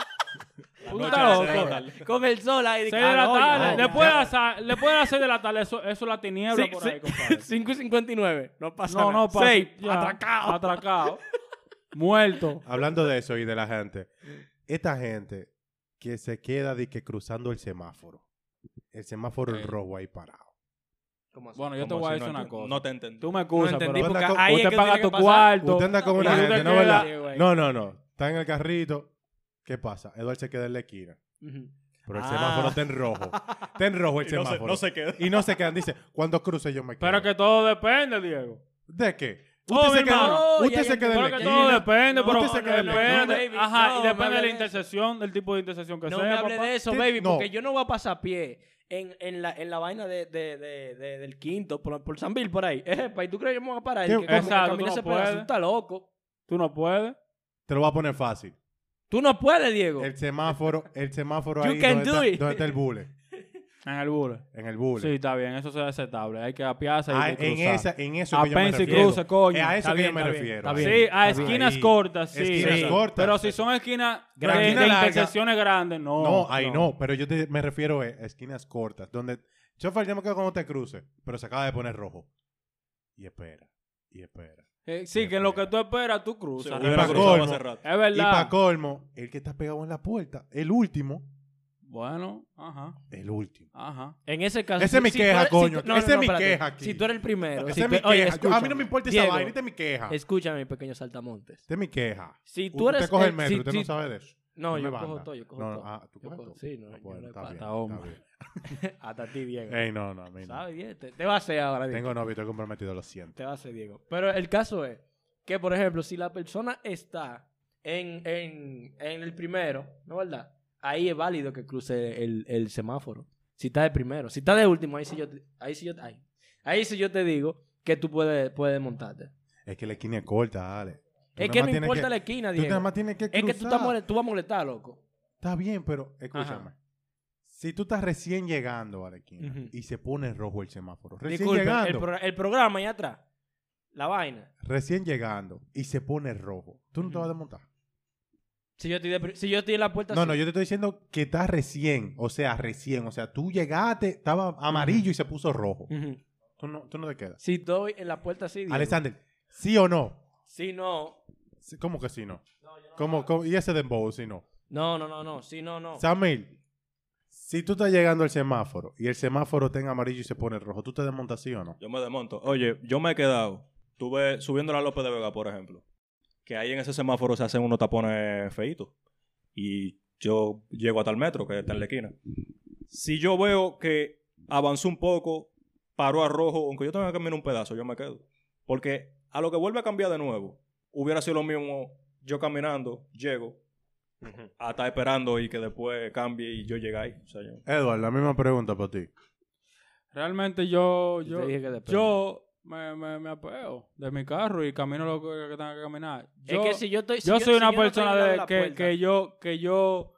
B: Tú
E: noche
B: estás
E: a las
B: loco.
E: seis de la tarde.
B: 6
C: Con el sol ahí.
B: de la tarde.
D: ya.
B: Después de las sa- después de las 6 de la tarde, eso, eso es la tiniebla por ahí, compadre.
C: 5 y 59. No pasa
B: No, no,
C: nada.
B: pasa.
C: Seis,
B: ya.
C: Atracado.
B: Atracado. Muerto.
D: Hablando de eso y de la gente. Esta gente que se queda de que cruzando el semáforo. El semáforo
B: Ok.
D: rojo ahí parado.
B: Bueno, yo te
E: Como
B: voy a
E: si
B: decir
E: no
B: una
E: ent-
B: cosa.
E: No te entendí.
B: Tú me excusas,
C: entendí
B: pero
D: porque
C: ahí es
B: usted
C: que
B: paga
C: tiene que
B: tu
C: pasar.
B: cuarto.
D: Usted anda con
B: y
D: una
B: tú te
D: gente, ¿no
B: quedas-
D: verdad?
C: Sí, güey.
D: No, no, no. Está en el carrito. ¿Qué pasa? Eduardo se queda en la esquina.
C: Ujú.
D: Pero el
C: Ah.
D: semáforo está en rojo. Está en rojo el
E: Y no, se,
D: semáforo.
E: no se queda.
D: Y no se quedan. Dice, cuando cruce yo me quedo.
B: Pero que todo depende, Diego.
D: ¿De qué?
B: Oh,
D: Usted se
B: mi
D: queda,
B: hermano.
D: usted
C: Ya,
D: se
C: ya
D: queda en
B: Pero
D: la
B: que
D: esquina.
B: todo depende,
D: No,
B: pero
D: usted se queda en la
B: depende.
C: esquina. No,
B: Ajá,
C: baby,
B: y
C: no, me
B: depende de
C: hable
B: la
C: de
B: intersección, del tipo de intersección que
C: No
B: sea,
C: me hable
B: papá.
C: de eso,
D: Sí,
C: baby,
D: no.
C: porque yo no voy a pasar a pie en, en, la, en la vaina de, de, de, de- del quinto, por, por San Bill, por ahí. Epa, ¿y tú crees que yo me voy a parar?
D: ¿Qué?
C: Y que como que
B: Exacto,
C: camine
B: tú no
C: ese pedazo,
B: puedes.
C: tú estás loco.
B: Tú no puedes.
D: Te lo voy a poner fácil.
C: Tú no puedes, Diego.
D: El semáforo, el semáforo
C: You
D: ahí
C: can
D: donde,
C: do
D: está,
C: it.
D: donde está el bule.
B: En el bule.
D: En el bule.
B: Sí, está bien, eso es aceptable. Hay que apiarse y
D: Ah,
B: hay que
D: en,
B: cruzar.
D: esa, en eso
B: A
D: que yo me
B: pens y
D: refiero.
B: cruce, coño.
D: Es a eso
B: Está
D: que
B: bien,
D: yo me
B: está
D: refiero.
C: está bien.
B: Sí, a
D: Está bien.
B: esquinas
D: Ahí.
B: cortas, sí.
D: Esquinas
B: Sí.
D: cortas.
B: Pero si son esquinas de,
D: Pero esquina
B: de
D: larga.
B: intersecciones grandes, no.
D: No, ahí no. pero yo te- me refiero a esquinas cortas, donde chofer, yo me quedo cuando te cruce, pero se acaba de poner rojo. Y espera, y espera.
B: Eh, sí, que en lo que tú esperas, tú cruzas.
D: Y
E: Hubiera
D: pa'
E: cruzado
D: colmo.
E: hace rato.
B: Es
D: Y para
B: verdad.
D: colmo, el que está pegado en la puerta, el último,
B: Bueno, ajá,
D: el último.
B: ajá.
C: En ese caso.
D: Esa es mi queja,
C: tú eres-
D: coño.
C: tú- no, no,
D: Esa
C: no,
D: es mi
C: espérate.
D: queja aquí.
C: Si tú eres el primero.
D: Esa
C: si
D: es mi
C: tú- oye,
D: queja. Yo- a mí no
C: escúchame.
D: me importa esa
C: Diego,
D: vaina, esta es mi queja. Esta
C: Escúchame, pequeño saltamontes.
D: es mi queja.
C: Si tú
D: usted
C: eres.
D: coge el
C: eh,
D: metro,
C: si-
D: usted
C: si-
D: no sabe de eso.
C: No,
D: me
C: yo
D: banda.
C: cojo todo, yo cojo
D: No, no,
C: todo.
D: ah, tú
C: Yo
D: coges
C: cojo-
D: todo.
C: sí, no,
D: Ah,
C: yo
D: bueno,
C: no le
D: está
C: paro.
D: bien,
B: Hasta
D: está
B: hombre.
D: bien.
C: Hasta ti, Diego.
D: Ey, no, no, a mí no.
C: ¿Sabes? bien? Te, te va a hacer ahora, Diego.
D: Tengo novio, estoy comprometido, lo siento.
C: Te va a hacer, Diego. Pero el caso es que, por ejemplo, si la persona está en, en, en el primero, ¿no es verdad? Ahí es válido que cruce el, el semáforo. Si está de primero. Si está de último, ahí sí yo te, ahí sí yo, ahí. Ahí sí yo te digo que tú puedes, puedes montarte.
D: Es que la esquina es corta, Ale. Tú
C: Es
D: nada
C: que
D: más
C: no
D: tienes
C: importa
D: que-
C: la esquina,
D: Tú nada
C: Diego.
D: más tienes que
C: Es
D: cruzar.
C: que tú, estás mole- tú vas a molestar, loco.
D: Está bien, pero escúchame. Si tú estás recién llegando a la esquina
C: Ujú.
D: y se pone rojo el semáforo, recién
C: Disculpe, el,
D: llegando,
C: pro- el programa allá atrás. La vaina.
D: recién llegando y se pone rojo, tú no te vas a desmontar.
C: Si yo estoy, de pri- si yo estoy en la puerta...
D: No,
C: sí.
D: no, yo te estoy diciendo que estás recién, o sea, recién, o sea, tú llegaste, estaba amarillo y se puso rojo.
C: Ujú.
D: Tú no, tú no te quedas.
C: Si estoy en la puerta, sí, Diego.
D: Alexander, ¿sí o no?
C: Si no,
D: Sí, ¿Cómo que sí no? ¿Cómo, cómo? y ese dembow si no?
C: No, no, no, no. Sí, no, no.
D: Samir, si tú estás llegando al semáforo y el semáforo está en amarillo y se pone rojo, ¿tú te desmontas sí o no?
E: Yo me desmonto. Oye, yo me he quedado. Tuve subiendo la López de Vega, por ejemplo. Que ahí en ese semáforo se hacen unos tapones feitos. Y yo llego hasta el metro, que está en la esquina. Si yo veo que avanzó un poco, paró a rojo, aunque yo tenga que caminar un pedazo, yo me quedo. Porque a lo que vuelve a cambiar de nuevo, hubiera sido lo mismo yo caminando, llego, hasta esperando y que después cambie y yo llegue ahí. O sea, yo-
D: Edward, la misma pregunta para ti.
B: Realmente yo,
C: Yo
B: yo,
C: te dije que depende.
B: yo me, me, me apeo de mi carro y camino lo que, que tenga que caminar. Yo,
C: es que si yo estoy. si
B: yo soy
C: si
B: una
C: yo no estoy
B: persona
C: al lado
B: de-
C: de la
B: que,
C: puerta,
B: que yo, que yo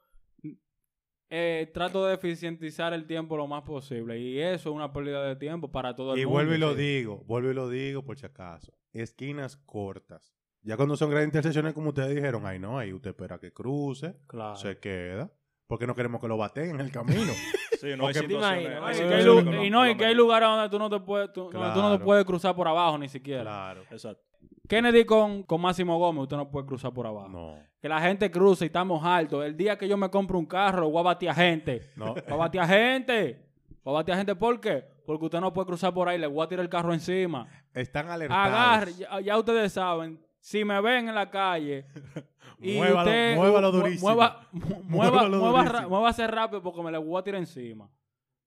B: eh, trato de eficientizar el tiempo lo más posible. Y eso es una pérdida de tiempo para todo el
D: Y
B: mundo.
D: vuelvo y lo
B: sí.
D: digo, vuelvo y lo digo por si acaso. Esquinas cortas. Ya cuando son grandes intersecciones, como ustedes dijeron, ay no, ahí usted espera que cruce,
B: Claro.
D: se queda. Porque no queremos que lo baten en el camino.
E: Sí, no hay
D: Porque-
E: situaciones.
C: Imagina,
E: hay
B: Y
C: Sí,
B: que hay
E: situaciones
B: lu-
E: que no-
B: y no, y
E: no
B: que hay
E: me-
B: lugares donde tú no te puedes, tú, no, tú no te
D: Claro.
B: puedes cruzar por abajo ni siquiera.
D: claro.
E: Exacto.
B: Kennedy con, con Máximo Gómez, usted no puede cruzar por abajo.
D: No,
B: Que la gente cruza y estamos altos. El día que yo me compro un carro, voy a batir a gente.
D: no.
B: Voy a batir a gente. Voy a batir a gente, ¿por qué? Porque usted no puede cruzar por ahí, le voy a tirar el carro encima.
D: Están alertados.
B: Agarre, ya, ya ustedes saben, si me ven en la calle. Y
D: Muévalo-
B: usted,
D: muévalo
B: mu-
D: durísimo.
B: Mueva, mu- mueva,
D: Muévalo
B: mueva ra-
D: durísimo.
B: muévase rápido porque me le voy a tirar encima.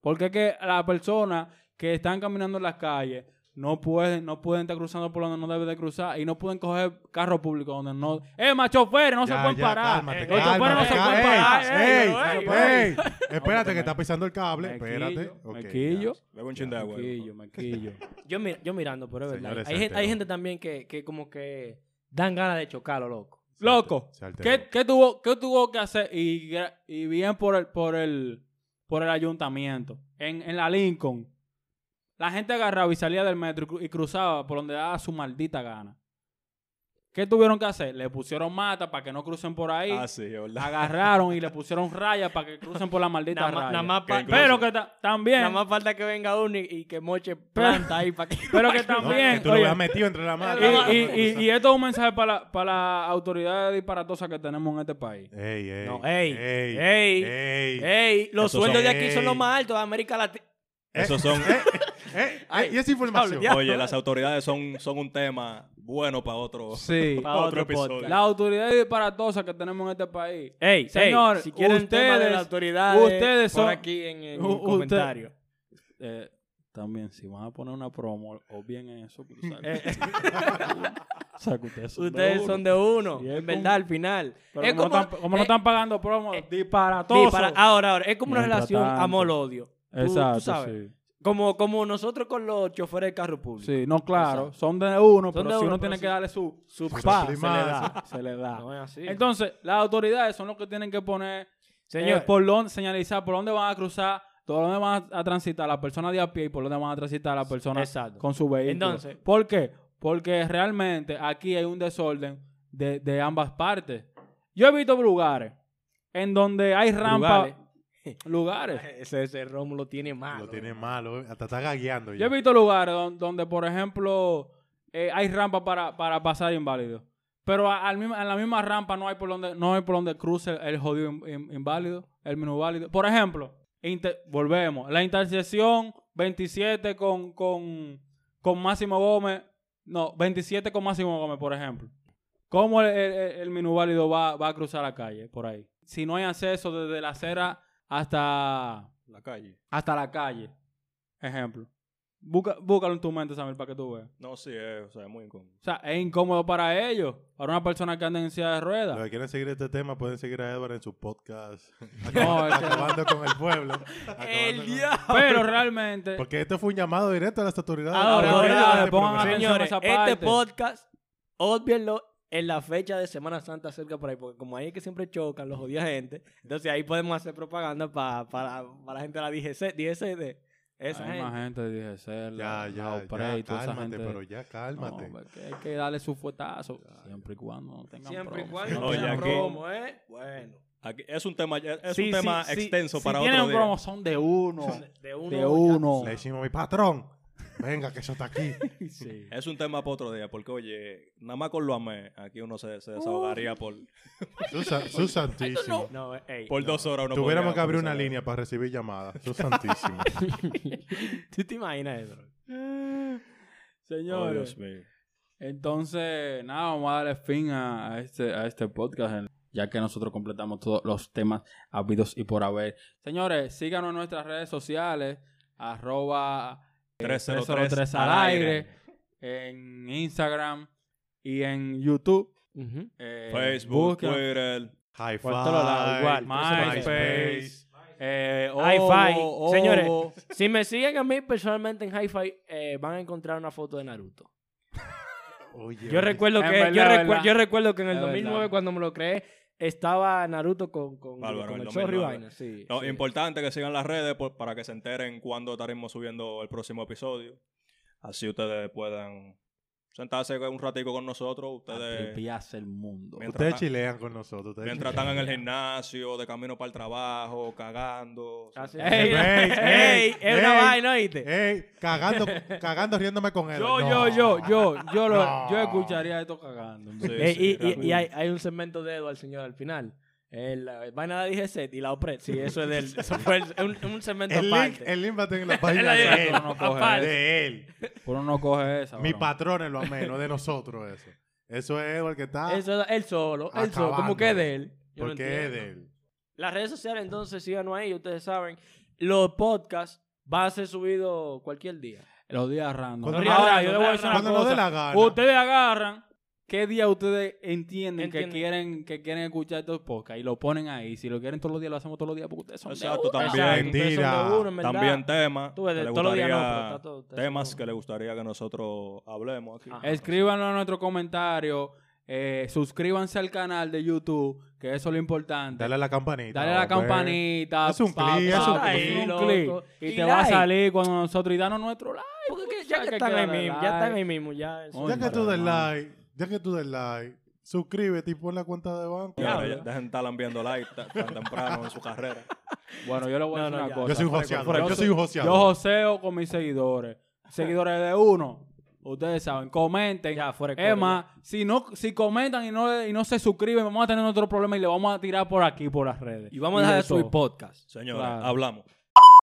B: Porque es que las personas que están caminando en las calles no pueden, no pueden estar cruzando por donde no deben de cruzar y no pueden coger carro público donde no. ¡Eh, más choferes! No se
D: Ya,
B: pueden
D: ya,
B: parar.
D: cálmate,
B: Los choferes no
D: cálmate,
B: se
D: cal-
B: pueden
D: ey,
B: parar.
D: ey,
C: ey,
D: ey, Espérate, que
B: me-
D: está pisando el cable.
B: Me
D: Espérate.
B: quillo,
D: Ok,
B: me
D: ya.
B: quillo.
E: Bebe un chin de agua.
B: Me quillo, me quillo.
C: Yo, mi- yo mirando, pero es verdad.
D: Señores,
C: Hay gente, hay
D: salteo.
C: gente también que, que como que dan ganas de chocarlo, loco.
D: Se alter-
B: Loco,
D: se alteró.
B: ¿qué, qué tuvo, qué tuvo que hacer? Y, gra- y bien por el, por el, por el ayuntamiento. En, en la Lincoln, la gente agarraba y salía del metro y cru- y cruzaba por donde daba su maldita gana. ¿Qué tuvieron que hacer? Le pusieron mata para que no crucen por ahí.
E: Ah, sí, es verdad.
B: Agarraron y le pusieron rayas para que crucen por la maldita
C: Nada más-
B: raya.
C: nada más
E: Que
C: pa-
E: incluso-
B: pero que ta- también,
C: Nada más falta que venga uno y, y que moche planta ahí para que.
B: pero que
D: No,
B: también,
D: que tú lo
B: oye,
D: veas metido entre la
B: y,
D: mano.
B: y- y- y esto es un mensaje para, la- para las autoridades disparatosas que tenemos en este país.
D: Ey, ey.
C: No, ey,
D: Ey. Eh,
C: ey,
D: ey.
C: ¡Ey! Los
E: Esos
C: sueldos
D: son-
C: de aquí son los más altos de América Latina.
E: Esos son.
D: Eh,
C: Ay,
D: eh, y esa información.
C: diablo,
E: Oye, las autoridades son, son un tema bueno para otro.
B: Sí.
C: Pa' otro podcast.
B: Las autoridades disparatosas que tenemos en este país.
C: ¡Ey!
B: Señor,
C: ey, si quieren tema de
B: ustedes-
C: la autoridad,
B: ustedes son-
C: por aquí en, en
B: U- usted-
C: comentario.
B: Eh, también, si van a poner una promo, o bien eso. pues, saca-
C: Eh, eh.
B: saca ustedes son de
C: Ustedes
B: uno.
C: son de uno,
B: eh, Sí, es
C: en
B: como-
C: verdad, al final.
B: Pero
C: es
B: como,
C: como,
B: no están, como no
C: eh,
B: están pagando promo,
C: eh,
B: disparatoso.
C: sí, para- ahora, ahora, es como una
B: Mientras
C: relación
B: tanto.
C: amor-odio. Tú-
B: Exacto,
C: tú sabes.
B: sí.
C: Como, como nosotros con los choferes de carro público.
B: Sí, no, claro. Son de uno,
C: Son
B: pero
C: de
B: si
C: uno, pero
B: uno tiene
C: sí.
B: que darle su, su
D: Su
B: pa, se le
D: primada,
B: da. Se le da.
C: No es así.
B: Entonces, las autoridades son los que tienen que poner
C: Señor.
B: eh, por dónde señalizar por dónde van a cruzar, por dónde van a transitar las personas de a pie y por dónde van a transitar las personas
C: Exacto.
B: con su vehículo.
C: Entonces-
B: ¿por qué? Porque realmente aquí hay un desorden de, de ambas partes. Yo he visto lugares en donde hay rampas.
C: Lugares.
B: Lugares.
C: Ese, ese Rómulo tiene malo.
D: Lo tiene malo, eh. hasta está gagueando
B: Yo
D: ya.
B: he visto lugares don- donde, por ejemplo, eh, hay rampas para, para pasar inválidos. Pero a- al mismo- en la misma rampa no hay por donde, no hay por donde cruce el, el jodido in- in- inválido, el minuválido. Por ejemplo, inter- volvemos. La intersección 27 con, con, con Máximo Gómez. No, 27 con Máximo Gómez, por ejemplo. ¿Cómo el, el, el- el minuválido va, va a cruzar la calle por ahí? Si no hay acceso desde la acera hasta
E: La calle.
B: hasta la calle. Ejemplo. Busca, búscalo en tu mente, Samuel, para que tú veas.
E: No, sí, es, o sea, es muy incómodo.
B: O sea, es incómodo para ellos, para una persona que anda en silla de
D: Los
B: ruedas.
D: que quieren seguir este tema pueden seguir a Edward en su podcast.
B: No,
D: Acabando,
B: este no.
D: acabando con el pueblo. Acabando
C: El
D: con-
C: diablo.
B: Pero realmente,
D: Porque esto fue un llamado directo a las autoridades.
B: Ah,
D: Ahora,
B: autoridades,
D: ahora,
B: pongan
D: pero-
B: atención.
C: Señores,
B: a esa
C: este
B: parte.
C: podcast, óbvienlo en la fecha de Semana Santa cerca por ahí, porque como ahí es que siempre chocan, los odia gente, entonces ahí podemos hacer propaganda pa- para para la gente de la DGC, DGCD, esa
B: hay
C: gente.
B: más gente de DGC,
D: Ya,
B: la, la
D: ya,
B: Opre
D: ya,
B: y toda esa
D: cálmate,
B: gente.
D: pero ya
B: No,
D: cálmate.
B: porque hay que darle su fuetazo, siempre y cuando no tengan
C: Siempre y
B: promo.
C: cuando
E: Oye,
C: sea
E: aquí-
C: promo, ¿eh? Bueno.
E: Aquí- es un tema, es
B: Sí,
E: un
B: sí,
E: tema
B: sí,
E: extenso
B: si
E: para
B: tienen
E: otro
B: un
E: día.
B: promo, son de uno.
C: De uno.
B: de
C: ya-
B: uno.
D: Le decimos a mi patrón. Venga, que eso está aquí.
B: Sí.
E: Es un tema para otro día, porque oye, nada más con lo amé, aquí uno se, se desahogaría por,
D: Su, sa- su santísimo.
C: No, eh, ey.
E: por dos horas. Uno
D: Tuviéramos
E: podría
D: que abrir una
E: conversar.
D: línea para recibir llamadas. Su santísimo.
C: ¿Tú te imaginas eso?
E: Oh,
B: Señores,
E: Dios mío.
B: Entonces, nada, vamos a darle fin a, a este, a este podcast, en- ya que nosotros completamos todos los temas habidos y por haber. Señores, síganos en nuestras redes sociales, arroba
E: 303
B: 303 al aire, en Instagram y en YouTube. Eh,
E: Facebook, pues,
B: busquen-
E: Twitter,
D: Hi-Fi.
B: Por todos lados, igual.
D: MySpace.
B: MySpace. Eh,
C: Hi-Fi.
B: ovo,
C: Señores,
B: ovo.
C: si me siguen a mí personalmente en Hi-Fi, eh, van a encontrar una foto de Naruto.
D: Oye,
C: Yo recuerdo
B: Es
C: que, yo,
B: verdad, es
C: recu-
B: verdad.
C: yo recuerdo que en el
B: Es
C: 2009,
B: verdad.
C: cuando me lo creé, estaba Naruto con, con,
E: Bárbaro,
C: con
E: en
C: el
E: el
C: chorro y
E: 2009.
C: vaina. Sí,
E: No,
C: sí.
E: importante que sigan las redes por- para que se enteren cuándo estaremos subiendo el próximo episodio. Así ustedes puedan sentarse un ratico con nosotros.
C: Ah,
E: Ustedes,
B: Atrepias el mundo.
E: Mientras-
D: Ustedes chilean con nosotros. ustedes
E: mientras están en el gimnasio, de camino para el trabajo, cagando. o sea,
C: Así-
D: Ey,
C: ey,
D: ey,
C: ey, es una
D: ey,
C: vaina, ¿oíste?
D: Ey, cagando, cagando riéndome con él.
B: Yo,
D: No.
B: yo, yo, yo, yo, lo,
D: No.
B: yo escucharía esto cagando. en verdad.
E: Sí,
C: Ey,
E: sí,
C: eh, y- y
E: realmente.
C: y hay, hay un segmento de Edu al señor al final. El, la vaina de DGC y la OPRED. Sí, eso es del. Eso fue el- un, un segmento
D: El link,
C: aparte.
D: el link va a tener en la página
C: la-
D: de él.
B: Uno no coge
C: Aparte.
B: eso.
D: De él.
B: Uno no coge esa.
D: Mi
B: varón.
D: patrón es lo ameno, es de nosotros eso. Eso es Edward que está.
C: Eso, él solo,
D: Ah,
C: él solo, como
D: Acabando.
C: que es de él. Yo no
D: porque es
C: entiendo.
D: de él.
C: Las redes sociales, entonces, síganos ahí, ustedes saben. Los podcasts van a ser subidos cualquier día.
B: Los días random.
D: Cuando-
B: Ahora, yo le voy a decir una
D: Cuando nos dé
B: cosa.
D: la gana.
B: Ustedes agarran qué día ustedes entienden,
C: Entienden.
B: que quieren que quieren escuchar estos podcasts y lo ponen ahí. Si lo quieren todos los días, lo hacemos todos los días porque ustedes son de
E: Exacto,
B: una.
E: también.
C: Exacto, ustedes son
D: Mentira.
C: de uno, en verdad.
E: También temas
C: Tú ves,
E: que le
C: todos los días no, pero
E: gustaría-
C: está todo- está
E: temas
C: todo.
E: que le gustaría que nosotros hablemos aquí.
C: Ajá.
B: Escríbanlo en nuestro comentario. eh, suscríbanse al canal de YouTube, que eso es lo importante.
D: Dale a la campanita.
B: Dale a la
D: hombre.
B: campanita.
D: Haz un
B: pa,
D: clic,
B: pa,
D: haz un
B: pa,
D: clic.
B: haz un clic.
C: Loco.
B: Y,
C: Y
B: te va a
C: like.
B: salir cuando nosotros y danos nuestro like.
C: Porque que-
B: sabes
C: ya que
B: que
C: están
B: queda
C: ahí
B: de
C: mismo,
B: like.
C: ya están ahí mismo, ya. eso-
B: Oye,
D: Ya que tú
B: Hombre,
D: des
B: hermano.
D: like, ya que tú des like, suscríbete y pon la cuenta de banco.
E: Señores,
B: Diablo.
E: ya dejen estar lambiendo like ta- tan temprano en su carrera.
B: Bueno, yo le voy a
C: No, no,
B: decir una
C: ya.
B: cosa.
D: Yo soy un joseador.
B: Yo
D: Yo
B: soy-
D: soy un joseador.
B: Yo joseo con mis seguidores. Seguidores de uno. Ustedes saben, comenten.
C: Ya, fuera de
B: es
C: coro,
B: más, si no, si comentan y no, y no se suscriben, vamos a tener otro problema y le vamos a tirar por aquí, por las redes.
C: Y vamos a dejar de
B: eso.
C: subir podcast.
E: Señores,
B: Claro.
E: hablamos.